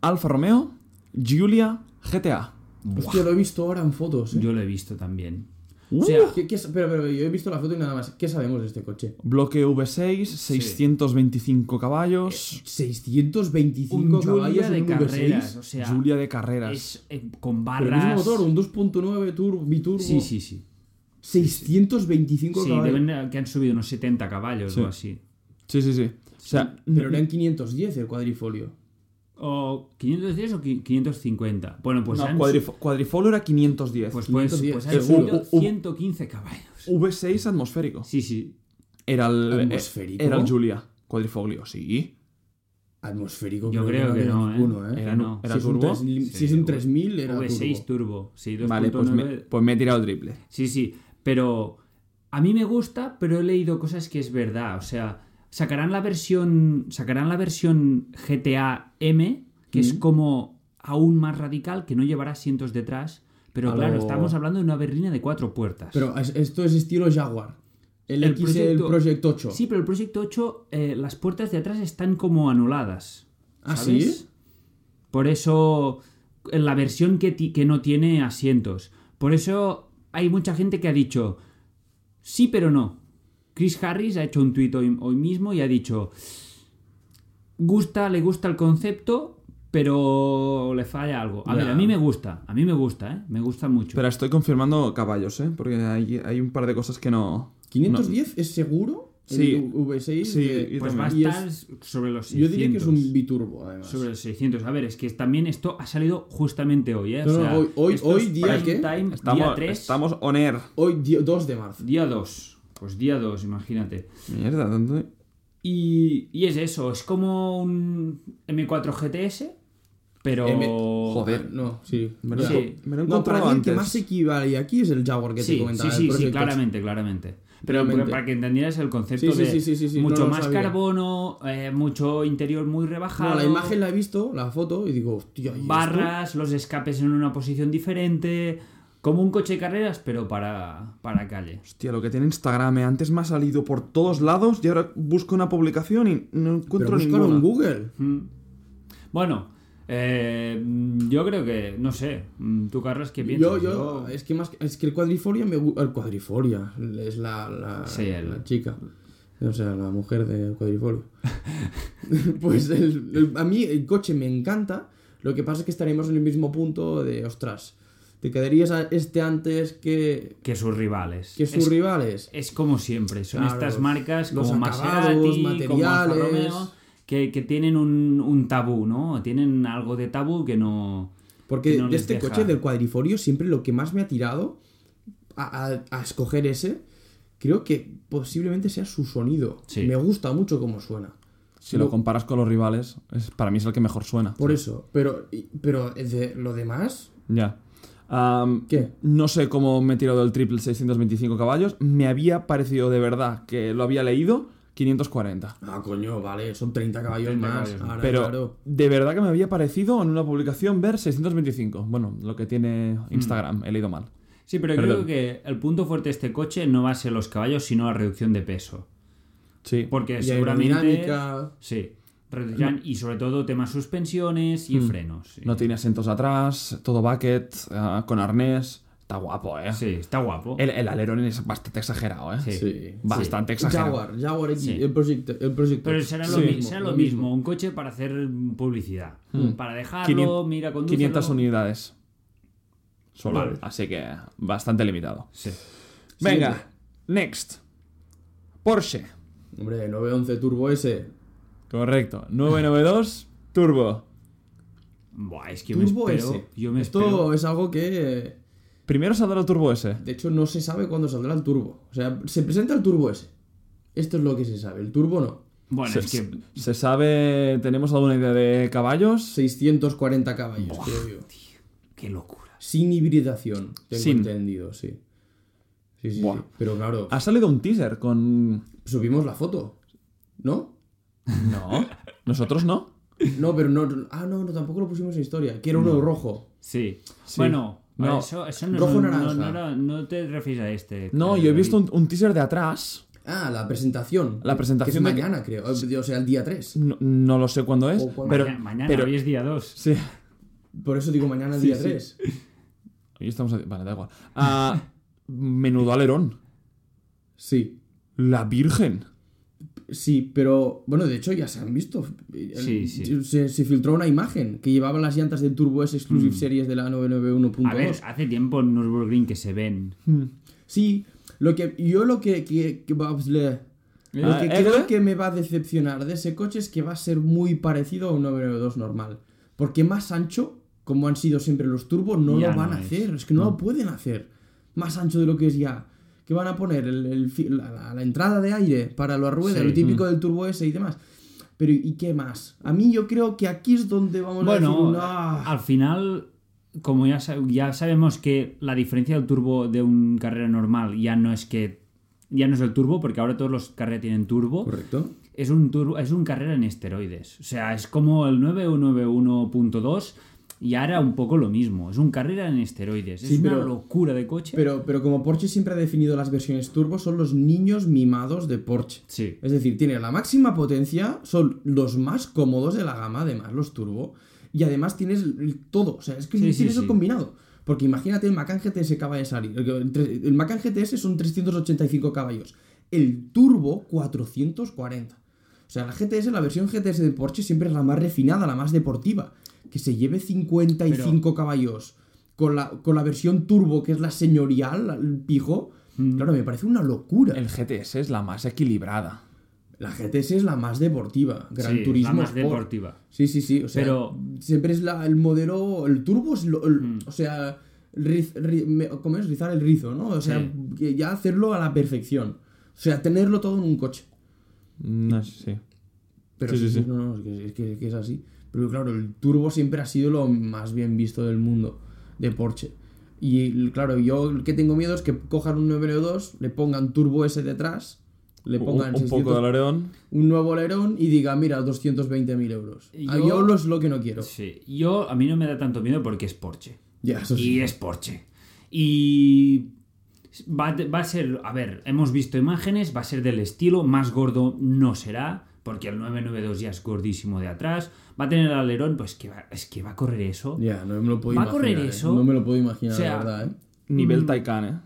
A: Alfa Romeo, Giulia, GTA.
B: Hostia, lo he visto ahora en fotos. ¿eh?
C: Yo lo he visto también.
A: Uh.
C: O sea,
B: ¿Qué- qué sa- pero, pero yo he visto la foto y nada más. ¿Qué sabemos de este coche?
A: Bloque V6, 625
B: Eh,
A: caballos.
B: 625
C: un Julia
B: caballos
C: de
B: en un
C: carreras, o
B: V6.
C: sea,
A: Julia de carreras.
C: es eh, con
B: Pero el mismo
C: barras.
B: motor, un 2.9 turbo, biturbo.
C: Sí, sí, sí.
B: 625
C: Sí,
B: caballos.
C: deben de- que han subido unos 70 caballos
A: Sí.
C: o así.
A: Sí, sí, sí. O sea,
B: Pero eran 510 el cuadrifolio.
C: O 510 o qui- 550. Bueno, pues
A: no,
C: han-
A: cuadrif- cuadrifolio era 510.
C: Pues, pues,
B: 510,
C: pues han
B: seguro.
C: subido 115 caballos.
A: V6 atmosférico.
C: Sí, sí.
A: Era el, eh,
B: ¿Atmosférico?
A: era el Julia Cuadrifoglio, sí.
B: Atmosférico.
C: Yo creo que
B: había
C: no, ¿eh?
B: ninguno,
C: Era
A: Era,
C: no.
A: era
B: si, es un
A: turbo.
B: 3000
C: Sí,
B: si es un
C: turbo.
B: 3000 era
C: V6
B: turbo.
C: turbo. Sí, 2.9.
A: Vale, pues me, pues me he tirado el triple.
C: Sí, sí, pero a mí me gusta, pero he leído cosas que es verdad, o sea, sacarán la versión sacarán la versión GTA M, que es como aún más radical, que no llevará asientos detrás, pero
A: A
C: claro,
A: lo-
C: estamos hablando de una berlina de cuatro puertas.
B: Pero es- esto es estilo Jaguar. El,
C: El
B: X el
C: proyecto-
B: Project 8.
C: Sí, pero el Project 8 eh, las puertas de atrás están como anuladas.
B: ¿Ah,
C: ¿sabes?
B: sí?
C: Por eso, en la versión que, ti- que no tiene asientos. Por eso hay mucha gente que ha dicho, sí, pero no. Chris Harris ha hecho un tuit hoy, hoy mismo y ha dicho, gusta, le gusta el concepto, pero le falla algo. A
B: Ya.
C: ver, a mí me gusta, a mí me gusta, ¿eh? Me gusta mucho.
A: Pero estoy confirmando caballos, ¿eh? Porque hay, hay un par de cosas que no...
B: 510 es seguro. El
A: Sí.
B: V6.
A: Sí,
B: de-
A: yo
C: pues
A: también.
C: va a
B: y es-
C: estar sobre los 600.
B: yo diría que es un biturbo, además.
C: Sobre los 600. A ver, es que también esto ha salido justamente hoy, ¿eh? O
B: No, no,
C: sea,
B: hoy- hoy-
C: esto es
B: hoy día, ¿eh?
C: prime
B: ¿qué?
C: time,
A: Estamos,
C: día 3,
A: estamos on air.
B: Hoy, di- 2 de marzo.
C: día 2. Pues día 2, imagínate.
A: Mierda, tanto...
C: Y, y es eso, es como un M4 GTS, pero...
B: M-
A: Em, Joder.
B: No, eh, sí.
A: Me lo,
B: Ya.
C: Sí.
A: he me lo he
B: No, para
A: encontrado
B: mí el que
A: antes.
B: más equivale aquí es el Jaguar que te
C: Sí,
B: comentaba.
C: sí,
B: el
C: sí, sí,
B: Project
C: claramente, claramente. Pero
B: Claramente.
C: para que entendieras el concepto
B: Sí, sí,
C: de
B: sí, sí, sí, sí,
C: mucho
B: no lo
C: más
B: sabía.
C: carbono, eh, mucho interior muy
B: No,
C: rebajado,
B: la imagen la he visto, la foto, y digo, hostia, ¿y esto?
C: barras, los escapes en una posición diferente, como un coche de carreras, pero para, para calle.
A: Hostia, lo que tiene Instagram, eh. antes me ha salido por todos lados y ahora busco una publicación y no
B: Pero
A: encuentro
B: búscalo en
A: ninguna.
B: Google.
C: Mm. Bueno, eh, mm, yo creo que, no sé, mm, tú Carlos, ¿qué piensas?
B: Yo, yo, es que más que- es que el cuadrifolia me gu- el cuadrifolia es la, la,
C: Sí, el-
B: la chica. O sea, la mujer de cuadrifolio. pues el- el- a mí el coche me encanta. Lo que pasa es que estaremos en el mismo punto de, ostras, te quedarías a este antes que,
C: Que sus rivales.
B: que sus
C: es,
B: rivales.
C: es como siempre, son
B: Claro,
C: estas marcas
B: los
C: como
B: acabados,
C: Maserati, como Alfa
B: materiales.
C: Romeo, que, que tienen un, un tabú, ¿no? Tienen algo de tabú que no...
B: Porque
C: que no
B: de
C: les
B: este
C: deja.
B: coche del cuadriforio siempre lo que más me ha tirado a, a- a escoger ese, creo que posiblemente sea su sonido.
C: Sí.
B: Me gusta mucho cómo suena.
A: Si lo comparas con los rivales, es- para mí es el que mejor suena.
B: Por eso, pero, y- pero de- lo demás,
A: Ya. Am,
B: ¿Qué?
A: No sé cómo me he tirado el triple 625 caballos. Me había parecido de verdad que lo había leído 540.
B: ah, coño, vale, son 30 caballos
C: 30
B: más.
C: caballos más.
B: ahora,
A: Pero
B: claro.
A: de verdad que me había parecido en una publicación ver 625. Bueno, lo que tiene Instagram, he leído mal.
C: Sí, pero
A: Perdón.
C: creo que el punto fuerte de este coche no va a ser los caballos, sino la reducción de peso.
A: Sí.
C: Porque
B: Y
C: seguramente...
B: aerodinámica.
C: Sí, reducirán y sobre todo temas suspensiones y frenos. sí.
A: Hmm. No tiene asientos atrás, todo bucket, ah, con arnés. Está guapo, ¿eh?
C: Sí, está guapo.
A: El, el alerón es bastante exagerado, ¿eh?
C: Sí.
B: Sí.
A: Bastante exagerado.
B: Jaguar, Jaguar X,
C: Sí.
B: el proyecto. El proyecto
C: Pero será lo,
A: Sí.
C: mi- será Pues lo mismo, un coche para hacer publicidad. Para dejarlo,
A: 500
C: mira, condúcelo.
A: 500 unidades. Solo.
C: Vale.
A: Así que bastante limitado.
C: Sí.
A: Venga, next. Porsche.
B: Hombre, 911 Turbo S.
A: Correcto. 992 Turbo.
C: Buah, es que yo me
B: Turbo
C: espero...
B: S.
C: Yo me
B: Esto
C: espero...
B: es algo que.
A: Primero saldrá el Turbo S.
B: De hecho, no se sabe cuándo saldrá el Turbo. O sea, se presenta el Turbo S. Esto es lo que se sabe. El Turbo no.
C: Bueno,
A: Se,
C: es que...
A: se sabe, tenemos alguna idea de caballos.
B: 640 caballos, creo yo.
C: Qué locura.
B: Sin hibridación, tengo
A: Sin.
B: entendido, sí. Sí, sí,
A: Buah. Ah.
B: sí. Pero claro,
A: Ha salido un teaser con...
B: subimos la foto, ¿no?
A: No. Nosotros no.
B: No, pero no. Ah, no, no, tampoco lo pusimos en historia. Que era uno rojo.
C: Sí. Bueno,
A: No.
C: vale, eso, eso no,
B: Rojo
C: no- no-
B: naranja.
C: no era- no te refieres a este.
A: No,
C: creo,
A: yo he visto
C: David.
A: un, un teaser de atrás.
B: Ah, la presentación.
A: La presentación de
B: Que es
A: que-
B: mañana, creo. Eh, O sea, el día 3.
A: No, no lo sé cuándo es.
B: O cuándo-
A: pero,
C: Mañana, mañana,
A: pero-
C: hoy es día 2.
A: Sí.
B: Por eso digo mañana el
A: Sí,
B: día
A: sí.
B: 3.
A: Hoy estamos... a- Vale, da igual. Ah, menudo alerón.
B: Sí.
A: La Virgen.
B: Sí, pero bueno, de hecho ya se han visto. El-
C: Sí, sí.
B: Se, se filtró una imagen que llevaba las llantas del Turbo S Exclusive Series de la
C: Mm. A ver,
B: 991.2.
C: hace tiempo en Nürburgring que se ven.
B: Sí, lo que yo lo que, que, que va- pues, le- lo
A: Ah,
B: que
A: ¿eh?
B: creo que me va a decepcionar de ese coche es que va a ser muy parecido a un 992 normal, porque más ancho, como han sido siempre los turbos, no
C: Ya
B: lo van
C: no
B: a
C: es.
B: hacer, es que no, lo pueden hacer más ancho de lo que es ya. que van a poner el- el fi- la, la- la entrada de aire para la rueda,
A: Sí.
B: lo típico del turbo S y demás. Pero ¿y qué más? A mí yo creo que aquí es donde vamos a decir,
C: Bueno,
B: "No".
C: al final, como ya, sa- ya sabemos que la diferencia del turbo de un carrera normal ya no es que ya no es el turbo, porque ahora todos los carreras tienen turbo.
B: correcto.
C: Es un turbo, es un carrera en esteroides. O sea, es como el 991.2 y ahora un poco lo mismo. Es un carrera en esteroides.
B: Sí,
C: es
B: pero-
C: una locura de coche.
B: Pero, pero como Porsche siempre ha definido las versiones turbo, son los niños mimados de Porsche.
C: sí.
B: Es decir, tiene la máxima potencia, son los más cómodos de la gama, además los turbo, y además tienes el- el todo, o sea, es que
C: Sí,
B: tienes
C: sí,
B: eso
C: sí.
B: combinado. Porque imagínate el Macan GTS que acaba de salir. el- El, tre- el Macan GTS son 385 caballos, el turbo 440. O sea, la GTS, la versión GTS de Porsche siempre es la más refinada, la más deportiva. Que se lleve 55 caballos con la, con la versión turbo, que es la señorial, la- el pijo.
C: Mm.
B: Claro, me parece una locura.
A: El GTS es la más equilibrada.
B: La GTS es la más deportiva. Gran
C: Sí,
B: Turismo
C: la más
B: Sport.
C: deportiva.
B: Sí, sí, sí. O sea,
C: Pero- Mm.
B: siempre es la- el modelo. El turbo es. lo- el- O sea, riz- ri- me- ¿cómo es? Rizar el rizo, ¿no? O sea,
C: Sí.
B: que ya hacerlo a la perfección. O sea, tenerlo todo en un coche.
A: No sé. sí.
B: Pero
A: Sí,
B: sí,
A: sí,
B: sí,
A: sí.
B: no, no, es que, es que- que es así. Pero claro, el turbo siempre ha sido lo más bien visto del mundo de Porsche. Y el- claro, yo el que tengo miedo es que cojan un 992, le pongan turbo S detrás, le
A: Un-
B: pongan
A: un,
B: 600
A: poco de Loreón.
B: un nuevo alerón y diga, mira, 220.000 euros.
C: Yo-
B: A Yo es lo que no quiero.
C: Sí. Yo, a mí no me da tanto miedo porque es Porsche.
B: Ya, eso sí.
C: Y es Porsche. Y va, a- va a ser, a ver, hemos visto imágenes, va a ser del estilo, más gordo no será, porque el 992 ya es gordísimo de atrás, va a tener el alerón, pues que va, es que va a correr eso.
B: Ya, no me lo puedo
C: ¿Va a
B: imaginar.
C: correr
B: ¿eh?
C: eso?
B: No me lo puedo imaginar,
C: O sea,
B: la verdad, ¿eh?
A: Nivel Taycan, ¿eh?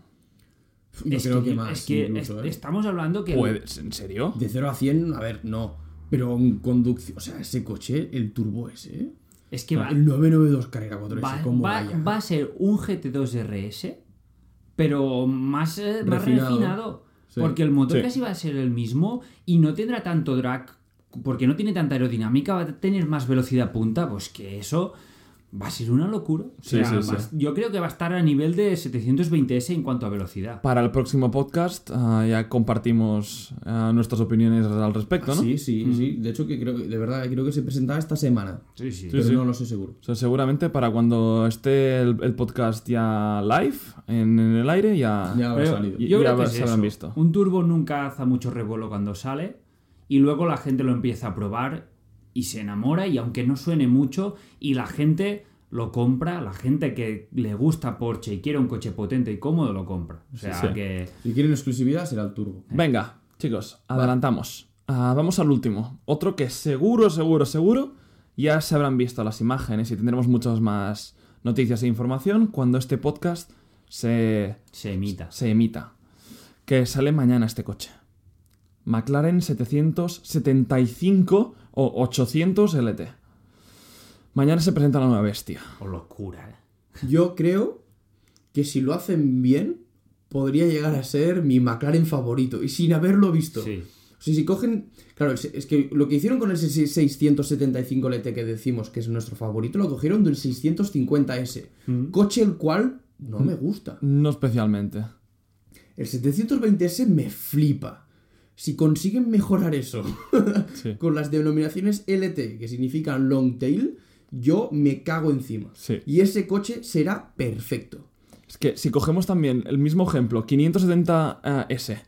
B: Pf, Yo
C: es
B: creo que, más.
C: es que
B: incluso,
C: es-
B: ¿eh?
C: estamos hablando que...
A: Puedes, Pues, ¿En serio?
B: De 0 a 100, a ver, no. Pero en conducción, o sea, ese coche, el turbo S, ¿eh?
C: Es que va,
B: El 992 carrera 4S,
C: va-
B: ¿cómo
C: va-
B: vaya?
C: va a ser un GT2 RS, pero más, eh, más
B: Refinado.
C: refinado.
B: Sí.
C: Porque el motor
A: Sí.
C: casi va a ser el mismo y no tendrá tanto drag, porque no tiene tanta aerodinámica, va a tener más velocidad punta, pues que eso va a ser una locura. O
A: Sí,
C: sea,
A: sí,
C: va-
A: sí.
C: Yo creo que va a estar a nivel de 720S en cuanto a velocidad.
A: Para el próximo podcast ah, ya compartimos ah, nuestras opiniones al respecto, ¿no? Mm.
B: Sí, sí, sí. De hecho, que creo que, de verdad, creo que se presentaba esta semana.
C: Sí, sí.
B: pero
A: sí.
B: no lo sé seguro.
A: O sea, seguramente para cuando esté el, el podcast ya live, en, en el aire, ya...
B: Ya habrá
C: Pero
B: salido.
A: y-
C: Yo
A: ya
C: creo
A: va-
C: que es
A: se habrán
C: eso.
A: visto.
C: Un turbo nunca hace mucho revuelo cuando sale y luego la gente lo empieza a probar y se enamora y aunque no suene mucho y la gente lo compra, la gente que le gusta Porsche y quiere un coche potente y cómodo lo compra. O sea
A: Sí, sí.
C: que
B: Si quieren exclusividad, será el turbo.
A: Venga, chicos, adelantamos. Ah, vamos al último. Otro que seguro, seguro, seguro ya se habrán visto las imágenes y tendremos muchas más noticias e información cuando este podcast se,
C: se imita.
A: se emita. Que sale mañana este coche. McLaren 775 o 800 LT. Mañana se presenta la nueva bestia.
C: O locura. ¿eh?
B: Yo creo que si lo hacen bien, podría llegar a ser mi McLaren favorito. Y sin haberlo visto.
C: Sí.
B: O sea, si cogen. Claro, es- es que lo que hicieron con el 675 LT que decimos que es nuestro favorito, lo cogieron del 650S.
A: Mm.
B: Coche el cual no me gusta.
A: No especialmente.
B: El 720S me flipa. Si consiguen mejorar eso
A: Sí.
B: con las denominaciones LT, que significan long tail, yo me cago encima.
A: Sí.
B: Y ese coche será perfecto.
A: Es que si cogemos también el mismo ejemplo, 570S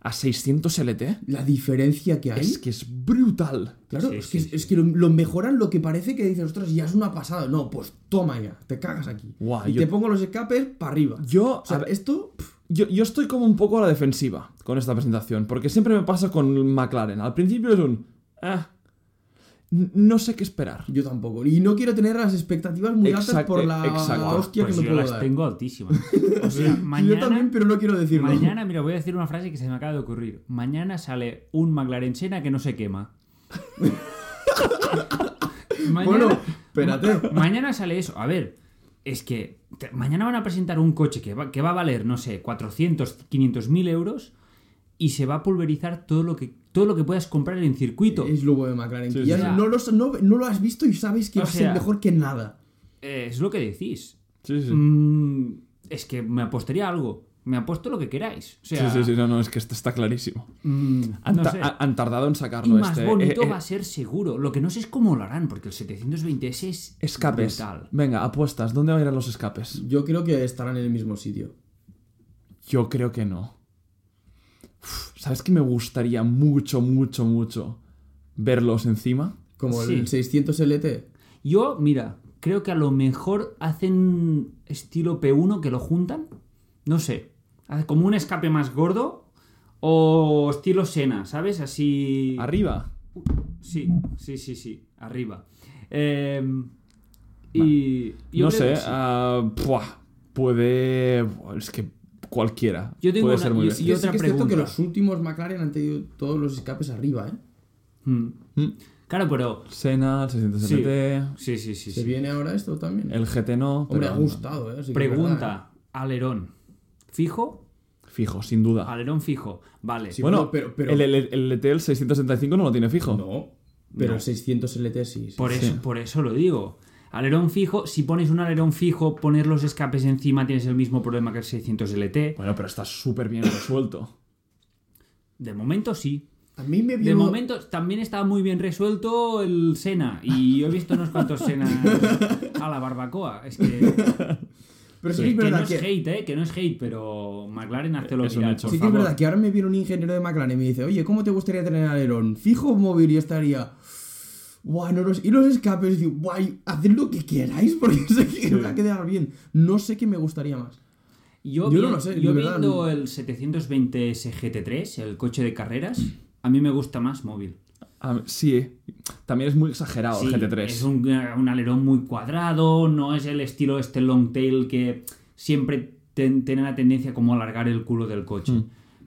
A: a 600 LT,
B: La diferencia que hay.
A: es que es brutal.
B: Claro,
C: Sí,
B: es,
C: sí,
B: que,
C: sí.
B: es que lo, lo mejoran lo que parece que dices, ostras, ya es una pasada. No, pues toma ya, te cagas aquí.
A: Guau,
B: y
A: yo-
B: te pongo los escapes para arriba.
A: Yo,
B: o sea,
A: a ver,
B: esto. pf,
A: yo, yo estoy como un poco a la defensiva con esta presentación, porque siempre me pasa con McLaren. Al principio es un... "Ah". N- no sé qué esperar.
B: yo tampoco. Y no quiero tener las expectativas muy altas
A: Exacto,
B: por la
A: exacto.
B: hostia
C: eh, Pues
B: que me
C: yo
B: puedo
C: las
B: dar.
C: tengo altísimas. O sea,
B: Yo también,
C: mañana,
B: pero no quiero decirlo.
C: mañana, mira, voy a decir una frase que se me acaba de ocurrir. Mañana sale un McLaren Sena que no se quema. Mañana-
B: Bueno, espérate.
C: Mañana sale eso. A ver, es que te- mañana van a presentar un coche que va, que va a valer, no sé, 400, 500 mil euros y se va a pulverizar todo lo que, todo lo que puedas comprar en circuito.
B: Es lo bueno de McLaren. que
A: sí,
B: ya
C: sí.
B: no, lo, no, no lo has visto y sabes que
C: O
B: va a ser
C: sea-
B: mejor que nada.
C: Eh, Es lo que decís.
A: Sí, sí.
C: Mm, es que me apostaría a algo. Me apuesto lo que queráis. O
A: Sí,
C: sea,
A: sí, sí, no, no, es que esto está clarísimo.
C: mm,
A: Han,
C: no
A: ta-
C: sé.
A: ha- han tardado en
C: Y
A: sacarlo
C: más
A: este.
C: bonito
A: eh, eh,
C: va a ser seguro. Lo que no sé es cómo lo harán, porque el 720S es
A: escapes.
C: brutal.
A: Venga, apuestas. ¿Dónde van a ir los escapes?
B: Yo creo que estarán en el mismo sitio.
A: Yo creo que no. Uf, ¿Sabes que me gustaría mucho, mucho, mucho verlos encima?
B: Como
C: Sí.
B: el 600 LT.
C: Yo, mira, creo que a lo mejor hacen estilo P1 que lo juntan. No sé. Hace Como un escape más gordo. O estilo Sena, ¿sabes? Así.
A: Arriba.
C: Sí, sí, sí, sí. Arriba. Eh, y. yo
A: no
C: creo
A: sé.
C: que sí.
A: ah, buah, puede. buah, Es que cualquiera.
C: Yo tengo
A: puede
C: una-
A: ser muy
C: yo-
A: bien.
C: Y
B: Que
C: otra
B: sí que es cierto
C: pregunta.
B: que los últimos McLaren han tenido todos los escapes arriba, ¿eh?
C: Mm.
A: Mm.
C: Claro, pero.
A: Senna, el 600
C: Sí.
A: LT,
C: Sí, sí, sí.
B: ¿Se
C: sí.
B: viene ahora esto también?
A: el GT no.
B: Hombre,
A: pero
B: ha gustado, ¿eh? Así que es verdad,
C: Pregunta: alerón. ¿Fijo?
A: Fijo, sin duda.
C: Alerón fijo. Vale.
B: Sí,
A: bueno,
B: pero-
A: pero,
B: pero-
A: el, el- el E LT, el 665, no lo tiene
B: ¿eh?
A: fijo.
B: No, pero el 600 LT sí. sí.
C: Por
A: Sí.
C: eso, por eso lo digo. Alerón fijo, si pones un alerón fijo, poner los escapes encima tienes el mismo problema que el 600 LT.
A: Bueno, pero está súper bien resuelto.
C: De momento sí.
B: A mí me
C: De
B: vino...
C: momento también está muy bien resuelto el Sena. Y yo he visto unos cuantos Senas a la barbacoa. Es
B: Pero
C: que,
B: sí
C: que-
B: que es
C: que no
B: verdad
C: es
B: que...
C: hate, ¿eh? Que no es hate, pero McLaren hace lo
A: Es un
C: que
A: hecho.
B: Sí que es
A: favor.
B: verdad que ahora me viene un ingeniero de McLaren y me dice, oye, ¿cómo te gustaría tener alerón? Fijo o móvil y yo estaría... Bueno, los, y los escapes, digo, guay, haced lo que queráis porque sé que va a quedar bien. No sé qué me gustaría más.
C: Yo,
B: Yo
C: vi-
B: no lo sé,
C: yo
B: de verdad,
C: viendo
B: no.
C: el 720 SGT3, el coche de carreras, a mí me gusta más móvil.
A: Ah, sí, eh. también es muy exagerado
C: Sí,
A: el GT3.
C: Es un, eh, un alerón muy cuadrado, no es el estilo este long tail que siempre ten- tiene la tendencia como a alargar el culo del coche.
A: Mm.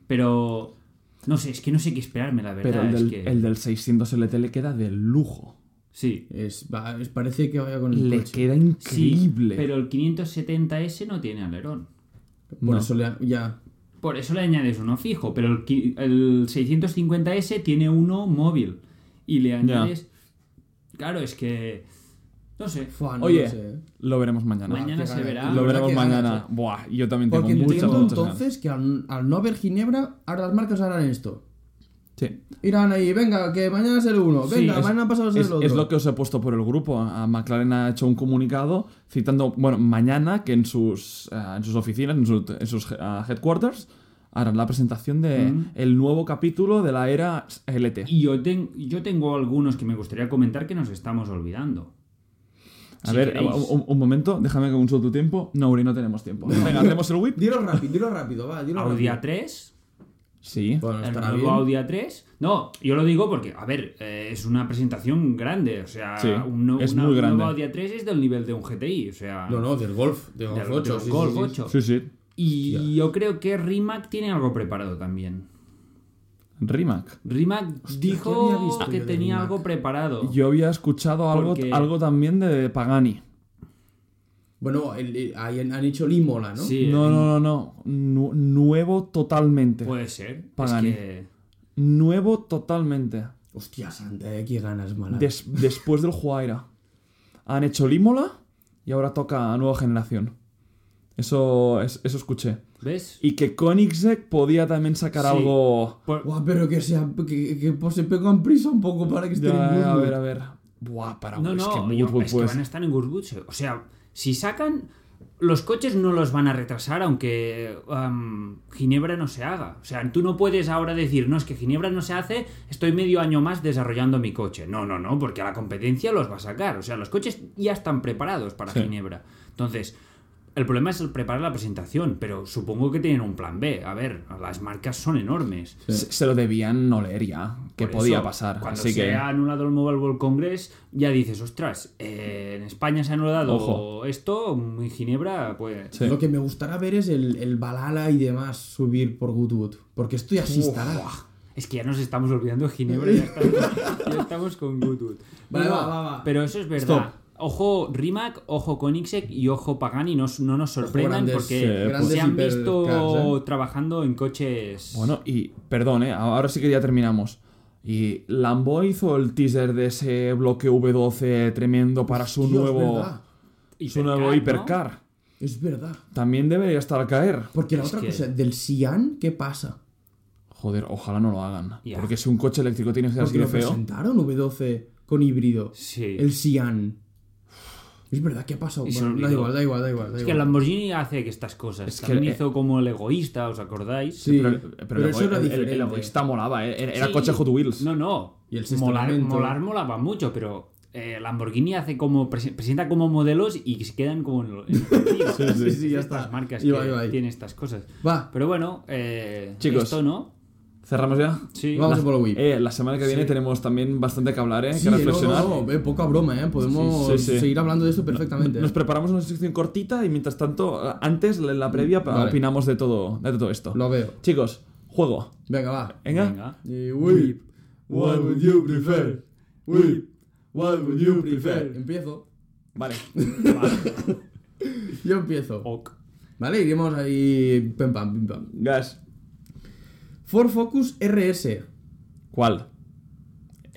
C: Pero no sé, es que no sé qué esperarme, la verdad.
A: pero el
C: es
A: del,
C: que,
A: el del 600 LT le queda de lujo.
C: Sí.
B: Es, va- es- parece que vaya con el
A: Le
B: coche.
A: queda
C: Sí,
A: increíble.
C: pero el 570S no tiene alerón.
B: Por
A: No.
B: eso le, ya...
C: Por eso le añades uno fijo, pero el, qui- el 650S tiene uno móvil. Y le añades... Claro, es que... No sé.
B: Fua, no
A: Oye,
B: lo sé.
A: lo veremos mañana.
C: Mañana
B: qué
C: se
B: gana.
C: verá.
A: lo
B: verdad
A: veremos
B: que
A: mañana.
B: ganas,
A: Buah, yo también tengo
B: Porque
A: muchas,
B: entiendo
A: muchas ganas.
B: entonces que al, al no haber Ginebra, ahora las marcas harán esto.
A: Sí.
B: Irán ahí, venga, que mañana es el uno,
A: Sí,
B: venga,
A: es-
B: mañana pasado es el
A: es,
B: otro.
A: es lo que os he puesto por el grupo. A McLaren ha hecho un comunicado citando, bueno, mañana que en sus, eh, en sus oficinas, en, su- en sus eh, headquarters, harán la presentación de
B: Mm.
A: el nuevo capítulo de la era LT.
C: Y yo, ten- yo tengo algunos que me gustaría comentar que nos estamos olvidando.
A: A
C: Si
A: ver,
C: queréis.
A: un, un- un momento, déjame que consulte tu tiempo. No, Uri, no tenemos tiempo. Venga, ¿hacemos el whip?
B: Dilo rápido, dilo rápido, va, dilo
C: Audi
B: rápido.
C: A3,
A: Sí.
B: Bueno,
C: el
B: estará
C: nuevo
B: bien.
C: Audi A3. No, yo lo digo porque, a ver, eh, es una presentación grande. O sea,
A: Sí,
C: un, no-
A: es
C: una-
A: muy
C: un
A: grande.
C: nuevo Audi A3 es del nivel de un GTI. O sea,
B: No, no, del Golf, del Golf
C: del- del
B: 8. sí, sí,
C: Golf
B: sí.
C: 8.
A: Sí, sí.
C: Y yo creo que Rimac tiene algo preparado también.
A: Rimac.
C: Rimac
B: ¿qué había
C: dijo
B: visto
C: que
B: yo de
C: tenía
B: Rimac?
C: algo preparado.
A: Yo había escuchado algo,
C: Porque-
A: algo también de Pagani.
B: Bueno, el- el- ahí han han hecho Limola, ¿no?
C: Sí, eh,
A: No, no, no, no. Nu- nuevo totalmente.
C: puede ser.
A: Pagani.
C: Es que...
A: Nuevo totalmente.
B: Hostia santa, eh, qué ganas malas.
A: Des- después del Juaira. Han hecho Límola y ahora toca a Nueva Generación. Eso, es- eso escuché.
C: ¿Ves?
A: Y que Koenigsegg podía también sacar
C: Sí.
A: algo...
C: Por-
B: Buah, pero que sea que, que pues, se pegan prisa un poco para que
C: Este
B: estén
A: Ya,
B: en
A: a
B: Goodwood.
A: ver, a ver. Buah, para...
C: No,
A: es
C: no,
A: que
C: yo-
A: Goodwood
C: es que
A: puede
C: van a
A: ser-
C: estar en Goodwood. O sea, si sacan. Los coches no los van a retrasar, aunque am, Ginebra no se haga. O sea, tú no puedes ahora decir, no, es que Ginebra no se hace, estoy medio año más desarrollando mi coche. No, no, no, porque a la competencia los va a sacar. O sea, los coches ya están preparados para
A: Sí.
C: Ginebra. Entonces, el problema es el preparar la presentación, pero supongo que tienen un plan B. A ver, las marcas son enormes.
A: se, se lo debían no leer ya. Que
C: Por
A: podía
C: eso,
A: pasar.
C: Cuando
A: Así
C: se
A: que...
C: ha anulado el Mobile World Congress, ya dices, ostras, eh, en España se ha anulado
A: Ojo.
C: esto, mm, en Ginebra, pues.
A: Sí.
B: Lo que me gustará ver es el, el Balala y demás subir por Goodwood. Porque esto ya sí estará.
C: Buah, Es que ya nos estamos olvidando de Ginebra, ya estamos, ya estamos con Goodwood.
B: Vale,
C: No,
B: va,
C: no,
B: va, va.
C: Pero eso es verdad. Ojo Rimac, ojo Koenigsegg y ojo Pagani, no, no nos sorprendan
B: grandes,
C: porque
A: sí, pues.
C: se han
B: grandes
C: visto
B: hipercars,
C: trabajando en coches.
A: Bueno, y perdón, ¿eh? ahora sí que ya terminamos. Y Lambo hizo el teaser de ese bloque V12 tremendo para su
B: Dios,
A: nuevo...
B: ¿verdad?
A: su nuevo
C: ¿no?
A: hipercar.
B: Es verdad.
A: También debería estar al caer.
B: Porque la
C: Es
B: otra
C: que-
B: cosa, del Sian, ¿qué pasa?
A: Joder, ojalá no lo hagan.
C: Ya.
A: Porque si un coche eléctrico tiene que ser así de
B: Porque Pues
A: feo.
B: lo presentaron V12 con híbrido.
C: Sí.
B: El Sian. Es verdad, ¿qué ha pasado?
C: Y se
B: Bueno, da
C: olvidó.
B: igual, da igual, da igual. da
C: Es que
B: igual.
C: el Lamborghini hace que estas cosas.
A: Es que
C: También
A: el-
C: hizo como el egoísta, ¿os acordáis?
B: Sí,
A: pero, el- pero el,
B: pero eso
A: ego-
B: era
A: el- el- el
B: diferente.
A: egoísta molaba, eh. era, era
C: Sí.
A: coche Hot Wheels.
C: No, no.
B: Y el sexto
C: molar,
B: elemento.
C: molar molaba mucho, pero eh, Lamborghini hace como prese- presenta como modelos y se quedan como en lo- en lo-
B: Sí, sí, sí, ya
C: estas
B: está.
C: marcas
B: Iba,
C: que
B: iba ahí.
C: tienen estas cosas.
B: Va,
C: Pero bueno, eh,
A: Chicos.
C: esto no.
A: ¿Cerramos ya?
C: Sí.
B: Vamos
A: La-
B: a por el Wii.
A: eh, la semana que viene
C: Sí.
A: tenemos también bastante que hablar, ¿eh?
B: sí,
A: que
B: no,
A: reflexionar.
B: no, no, eh, poca broma, ¿eh? Podemos
A: Sí, sí, sí.
B: seguir hablando de esto perfectamente. eh.
A: Nos preparamos una sección cortita y mientras tanto, eh, antes, en la previa, pa-
B: Vale.
A: opinamos de todo, de todo esto.
B: Lo veo.
A: Chicos, juego.
B: Venga, va.
A: Venga.
C: Venga.
B: Eh, Whip, what would you prefer? Whip, what would you prefer? Empiezo.
A: Vale.
B: Yo empiezo.
C: Ok.
B: Vale, iremos ahí. Pim pam, pim pam.
A: Gas.
B: Ford Focus RS.
A: ¿Cuál?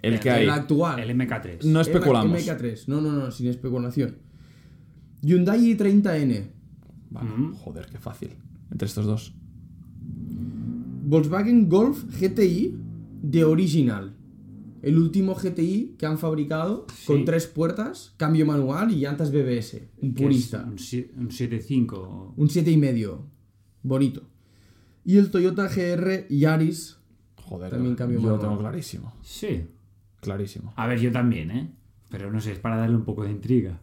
A: El
C: El-
A: que hay.
B: El actual.
C: El MK3.
A: No especulamos.
B: MK3. No, no, no, sin especulación. Hyundai i30N.
A: Vale,
C: Ujú.
A: Joder, qué fácil. Entre estos dos.
B: Volkswagen Golf GTI de original. El último GTI que han fabricado con tres puertas, cambio manual y llantas BBS. Un
C: que es
B: purista.
C: Un si- un 7.5.
B: Un 7,5. Bonito. Y el Toyota GR Yaris.
A: Joder,
B: También cambio
A: yo lo
B: manual.
A: tengo clarísimo.
C: Sí.
A: Clarísimo.
C: A ver, yo también, ¿eh? Pero no sé, es para darle un poco de intriga.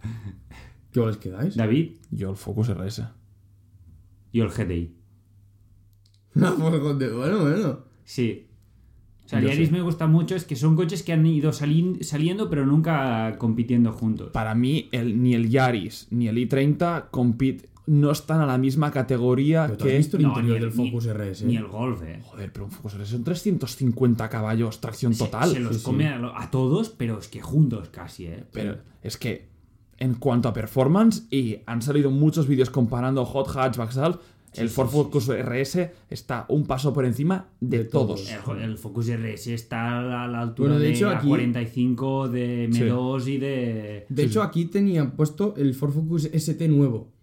B: ¿Qué os quedáis?
C: David,
A: Yo el Focus RS.
C: yo el GTI.
B: Ah, pues, joder, bueno, bueno.
C: Sí. O sea,
A: Yo
C: Yaris
A: sí.
C: me gusta mucho, es que son coches que han ido salin- saliendo pero nunca compitiendo juntos.
A: Para mí, el, ni el Yaris ni el i30 compit no están a la misma categoría
B: ¿Pero tú has
A: que.
B: visto el
C: No,
B: interior
C: ni el-
B: del Focus RS?
C: Ni el Golf, ¿eh?
A: Joder, pero un Focus RS son 350 caballos, tracción
C: Se-
A: total.
C: Se, los
B: sí,
C: come
B: sí.
C: A, lo- a todos, pero es que juntos casi, ¿eh?
A: Pero es que, en cuanto a performance, y han salido muchos vídeos comparando Hot Hatchback Salve, el Ford Focus RS está un paso por encima de,
B: De
A: todos.
B: todos.
C: El, jo- el Focus RS está a la, a la altura
B: Bueno,
C: de,
B: de hecho, aquí-
C: A45, de M2 y de...
B: De hecho, aquí tenían puesto el Ford Focus ST nuevo.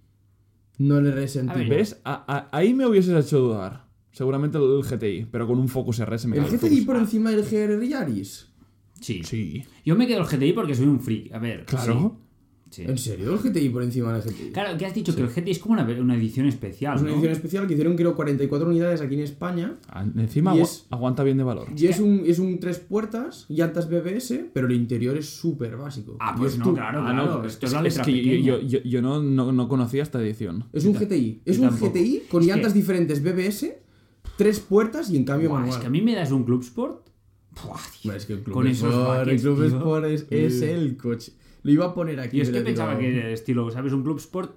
B: No el RS
C: A ver,
B: antiguo.
A: ¿Ves? A- a- ahí me hubieses hecho dudar. Seguramente el GTI, pero con un Focus RS me
B: ¿El
A: cago en
B: GTI
A: Focus.
B: por encima del GR Yaris?
C: Sí.
A: Sí,
C: Yo me quedo el GTI porque soy un freak. A ver.
A: claro.
C: sí, sí.
B: ¿En serio? ¿El GTI por encima del GTI?
C: Claro, que has dicho que el GTI es como una, una edición especial,
B: Es una
C: ¿no?
B: edición especial que hicieron, creo, 44 unidades aquí en España.
A: Ah, Encima
B: Y
A: agu-
B: es-
A: aguanta bien de valor.
B: Y es un, es un tres puertas, llantas BBS, pero el interior es súper básico.
C: Ah,
B: Y
C: pues
B: es
C: no,
B: tú-
C: claro,
A: Ah,
C: claro.
A: no,
C: esto es,
A: es,
C: la
A: es
C: letra
A: que yo-
C: pequeña.
A: yo, yo- yo no, no- no conocía esta edición.
B: Es un GTI. Es
C: yo
B: un
C: tampoco.
B: GTI con
C: Es que-
B: llantas diferentes BBS, tres puertas y en cambio
C: Buah,
B: manual.
C: es que a mí me das un Club Sport. Buah, tío.
B: Bueno, es que el Club
C: Con esos
B: Sport, el
C: baques,
B: Club
C: tío.
B: Sport es, es el coche. Lo iba a poner aquí.
C: Yo es que
B: pero digo,
C: pensaba que era estilo, ¿sabes? Un Club Sport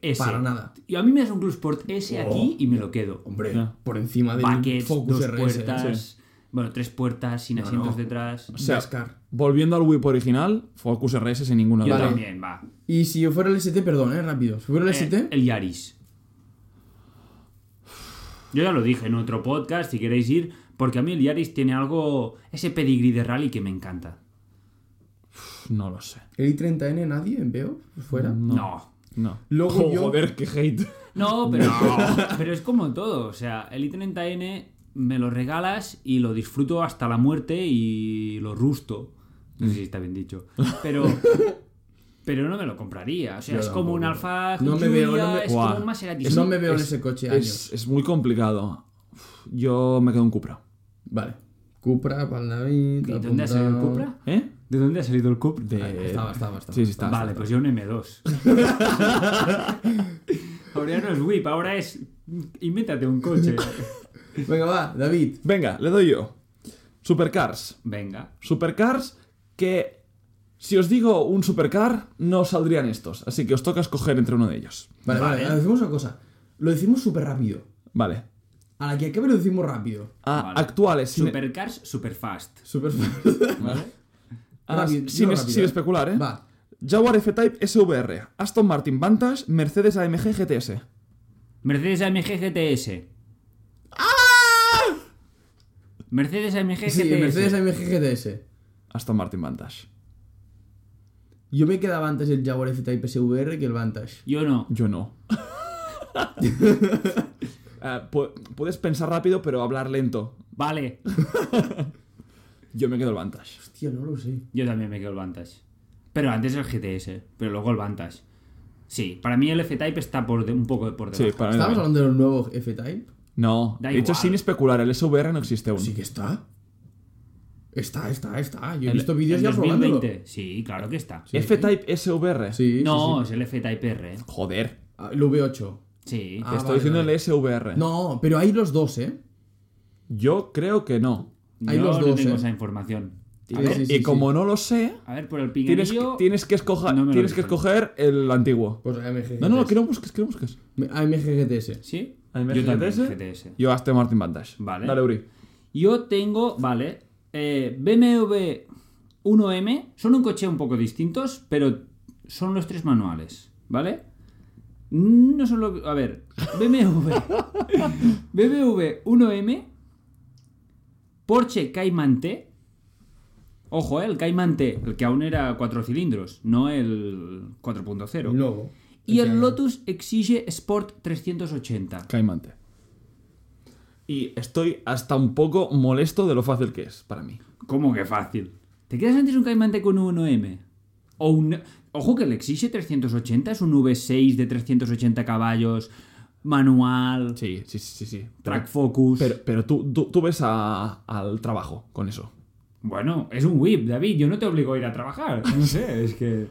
C: S.
B: Para nada. Oh.
C: Y a mí me das un Club Sport S aquí y me lo quedo.
B: Hombre,
A: Ya.
B: por encima del
C: Buckets,
B: Focus
C: dos
B: RS.
C: puertas.
A: sí.
C: Bueno, tres puertas sin
B: No,
C: asientos
B: no.
C: detrás.
A: O sea,
B: Nascar.
A: volviendo al whip original, Focus RS sin ninguna
C: Yo
A: duda.
C: también, va.
B: Y si yo fuera el ST, perdón, eh, rápido. Si fuera el ST,
C: Eh, el Yaris. Yo ya lo dije en otro podcast, si queréis ir, porque a mí el Yaris tiene algo, ese pedigrí de rally que me encanta.
A: No lo sé.
B: el i30N, nadie en veo, pues fuera.
C: Mm,
A: No.
C: No.
A: No.
B: Luego yo-
A: Joder, qué hate.
C: No, pero, pero es como todo. O sea, el i30N me lo regalas y lo disfruto hasta la muerte y lo rusto. No sé si está bien dicho. Pero, pero no me lo compraría. O sea,
B: Yo
C: es como
B: tampoco.
C: un Alfa
B: No me veo,
C: Giulia,
B: no me-
C: es
A: Buah,
C: como un Maserati.
B: No me veo en ese coche años.
A: Es, es muy complicado. Uf, Yo me quedo en Cupra.
B: Vale. Cupra, para David.
C: ¿De dónde ha salido el Cupra?
A: ¿Eh?
C: ¿De dónde ha salido el Cupra? Eh,
A: De-
B: Estaba, estaba, estaba.
A: Sí, sí, está.
C: Vale, pues yo un M2. ahora ya no es whip, ahora es. Invéntate un coche.
B: Venga, va, David.
A: Venga, le doy yo. Supercars.
C: Venga.
A: Supercars que... Si os digo un supercar, no saldrían estos. Así que os toca escoger entre uno de ellos.
B: Vale, vale,
C: Vale.
B: hacemos una cosa. Lo decimos súper rápido.
A: Vale.
B: A la que acabe lo decimos rápido.
A: Ah,
C: Vale.
A: Actuales. sin-
C: Supercars, superfast.
B: Súper
C: ¿Vale?
A: ah,
B: rápido,
A: sin,
B: no
A: es-
B: rápido,
A: sin
B: eh.
A: especular, ¿eh?
B: Va.
A: Jaguar F-Type SVR. Aston Martin Vantage. Mercedes AMG GTS.
C: Mercedes AMG GTS.
B: ¡Ah!
C: Mercedes AMG GTS.
B: Sí, Mercedes AMG GTS.
A: Aston Martin Vantage.
B: Yo me quedaba antes el Jaguar F-Type SVR que el Vantage.
C: Yo no.
A: Yo no. Ah, pu- puedes pensar rápido, pero hablar lento.
C: Vale.
A: Yo me quedo el Vantage.
B: Hostia, no lo sé.
C: Yo también me quedo el Vantage. Pero antes el GTS, pero luego el Vantage. Sí, para mí el F-Type está por de- un poco por
A: Sí,
C: debajo.
A: para mí
B: ¿Estabas
A: también.
B: hablando de los nuevos F-Type?
A: No,
C: Da
A: de hecho
C: igual.
A: sin especular, el SVR no existe aún.
B: Sí que está. Está, está, está. Yo he
A: El-
B: visto vídeos
C: El
B: ya probándolo.
C: 2020. Sí, claro que está.
B: Sí.
A: F-Type SVR.
B: Sí, sí,
C: no,
B: sí.
C: es el F-Type R.
A: Joder,
B: Ah, El V8.
C: Sí.
A: te
B: Ah,
A: estoy
B: vale,
A: diciendo
B: vale.
A: el SVR.
B: No, pero hay los dos, ¿eh?
A: Yo creo que no.
B: hay
C: Yo
B: los
C: no
B: dos,
C: tengo
B: eh.
C: esa información.
B: Sí,
C: A ver,
B: sí,
A: y como no lo sé,
C: a ver, por el
A: tienes, que-
C: pinganillo...
A: tienes que, escoger,
C: no me lo
A: tienes que
C: dicen.
A: escoger el antiguo.
B: Pues AMG.
A: No, no, no, que no busques, que no busques.
B: AMG GTS.
C: Sí.
A: AMG
C: Yo también,
A: GTS.
C: GTS.
A: Yo Aston Martin Vantage.
C: Vale.
A: Dale, Uri.
C: Yo tengo, vale, eh, BMW 1M, son un coche un poco distintos, pero son los tres manuales, ¿vale? No solo, a ver, BMW, BMW 1M, Porsche Cayman T, ojo, eh, el Cayman T, el que aún era cuatro cilindros, no el 4.0.
B: Luego.
C: Y el Lotus Exige Sport 380.
A: Caimante. Y estoy hasta un poco molesto de lo fácil que es para mí.
C: ¿Cómo que fácil? ¿Te quedas antes un Caimante con un 1M? O un... Ojo que el Exige 380 es un V6 de 380 caballos, manual,
A: Sí, sí, sí, sí. sí.
C: track
A: Pero,
C: focus...
A: pero, pero tú, tú, tú ves a- al trabajo con eso.
C: Bueno, es un whip, David, yo no te obligo a ir a trabajar. No sé, es que...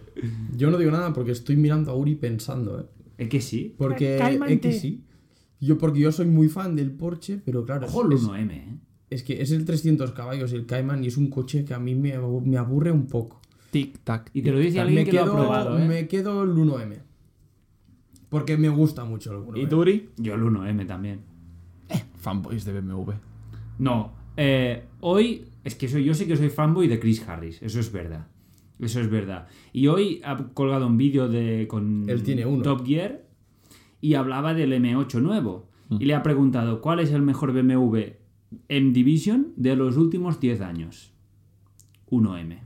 B: Yo no digo nada porque estoy mirando a Uri pensando, ¿eh?
C: Es que sí.
B: Porque
C: Cálmate.
B: es que sí. Yo porque yo soy muy fan del Porsche, pero claro,
C: Ojo el
B: es,
C: 1M, ¿eh?
B: es que es el 300 caballos el Cayman y es un coche que a mí me, abu- me aburre un poco.
A: Tic, tac.
C: Y te lo dice alguien
B: me,
C: que
B: quedo,
C: lo ha probado, ¿eh?
B: me quedo el 1M. Porque me gusta mucho el 1M.
A: ¿Y tú, Uri?
C: Yo el 1M también.
A: eh. Fanboys de BMW.
C: No, eh, hoy es que soy, yo sé que soy fanboy de Chris Harris, eso es verdad. Eso es verdad. Y hoy ha colgado un vídeo de con
B: Él tiene uno.
C: Top Gear y hablaba del M8 nuevo.
A: Mm.
C: Y le ha preguntado cuál es el mejor BMW M Division de los últimos 10 años. 1M.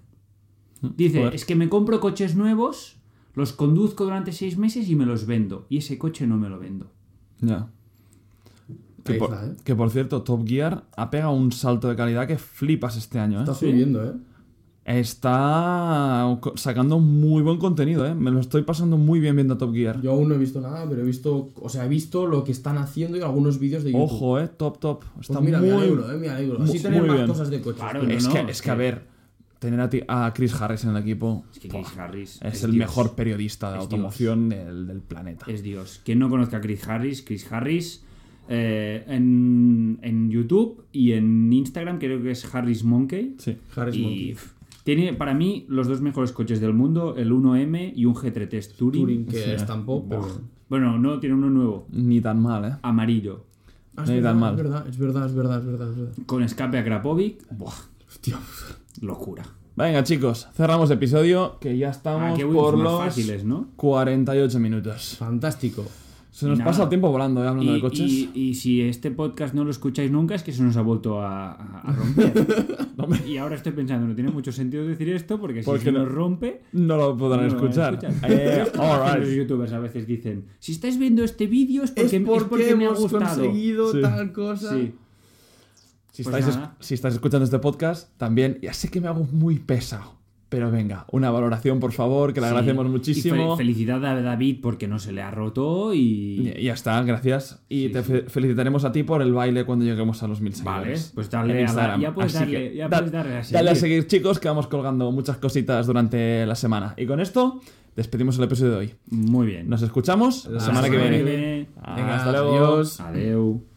C: Dice,
A: Mm, joder.
C: es que me compro coches nuevos, los conduzco durante 6 meses y me los vendo. Y ese coche no me lo vendo.
A: Ya. Que
B: Ahí
A: por,
B: está, ¿eh?
A: que por cierto, Top Gear ha pegado un salto de calidad que flipas este año, ¿eh?
B: Está
C: ¿Sí?
B: subiendo, ¿eh?
A: Está co- sacando muy buen contenido, ¿eh? Me lo estoy pasando muy bien viendo Top Gear.
B: Yo aún no he visto nada, pero he visto, o sea, he visto lo que están haciendo y algunos vídeos de YouTube.
A: Ojo, ¿eh? Top, top. Está
B: Pues mira,
A: muy...
B: me alegro, eh, me alegro.
A: muy-
B: Así tener
A: muy
B: más
A: bien.
B: cosas de coches.
C: Claro,
B: tío.
C: no,
A: Es,
C: no,
A: que,
C: es
A: es que,
C: que-
A: a ver, tener a, ti- a Chris Harris en el equipo
C: Es que
A: buah,
C: Chris Harris
A: es
C: es
A: el
C: Dios.
A: mejor periodista de
C: Es
A: automoción del, del planeta.
C: Es Dios. Quien no conozca a Chris Harris, Chris Harris eh, en, en YouTube y en Instagram creo que es Harris Monkey.
A: Sí.
B: Harris
C: Y,
B: Monkey.
C: pf, tiene para mí los dos mejores coches del mundo, el 1M y un GT3 Touring.
B: Turing, que
C: eh,
A: Sí.
B: estampó, pero...
C: Bueno, no, tiene uno nuevo,
A: Ni tan mal, ¿eh?
C: amarillo,
B: Ah,
A: No hay tan mal.
B: es verdad, es verdad, es verdad, es verdad, es verdad.
C: con escape a Krapovic. Buah,
B: Hostia.
C: locura.
A: Venga, chicos, cerramos episodio que ya
C: Ah,
A: estamos
C: qué wins
A: por
C: más
A: los
C: fáciles, ¿no?
A: 48 minutos.
B: Fantástico.
A: Se nos
C: Y
A: pasa
C: nada.
A: el tiempo volando, ¿eh? Hablando
C: Y,
A: de coches.
C: y- y si este podcast no lo escucháis nunca, es que se nos ha vuelto a, a- a romper.
A: No me-
C: y ahora estoy pensando, no tiene mucho sentido decir esto porque si
A: Porque
C: se
A: Pues no-
C: nos rompe.
A: No lo podrán
C: No lo van a
A: escuchar.
C: escuchar.
A: Eh,
C: Esto lo hacen
A: all
C: Los
A: right.
C: youtubers a veces dicen, si estáis viendo este vídeo es porque, es porque me ha gustado.
A: Sí.
B: tal cosa.
C: Sí.
A: Si,
C: Pues
A: estáis,
C: nada.
A: si estáis escuchando este podcast, también, ya sé que me hago muy pesado, pero venga, una valoración, por favor, que le
C: Sí.
A: agradecemos
C: Y
A: muchísimo.
C: fel- felicidad a David porque no se le ha roto y...
A: Y- y ya está, gracias. Y
C: Sí,
A: te
C: sí.
A: fe- felicitaremos a ti por el baile cuando lleguemos a los mil
C: Vale,
A: seguidores.
C: pues dale
A: en
C: a la-
A: Instagram.
C: ya puedes
A: Así
C: darle-
A: que
C: ya
A: da-
C: puedes darle a
A: Dale a
C: seguir.
A: seguir, chicos, que vamos colgando muchas cositas durante la semana. Y con esto, despedimos el episodio de hoy.
C: Muy bien.
A: Nos escuchamos la, semana, que viene.
C: viene.
B: Venga,
A: Hasta luego.
B: adiós.
C: Adeu.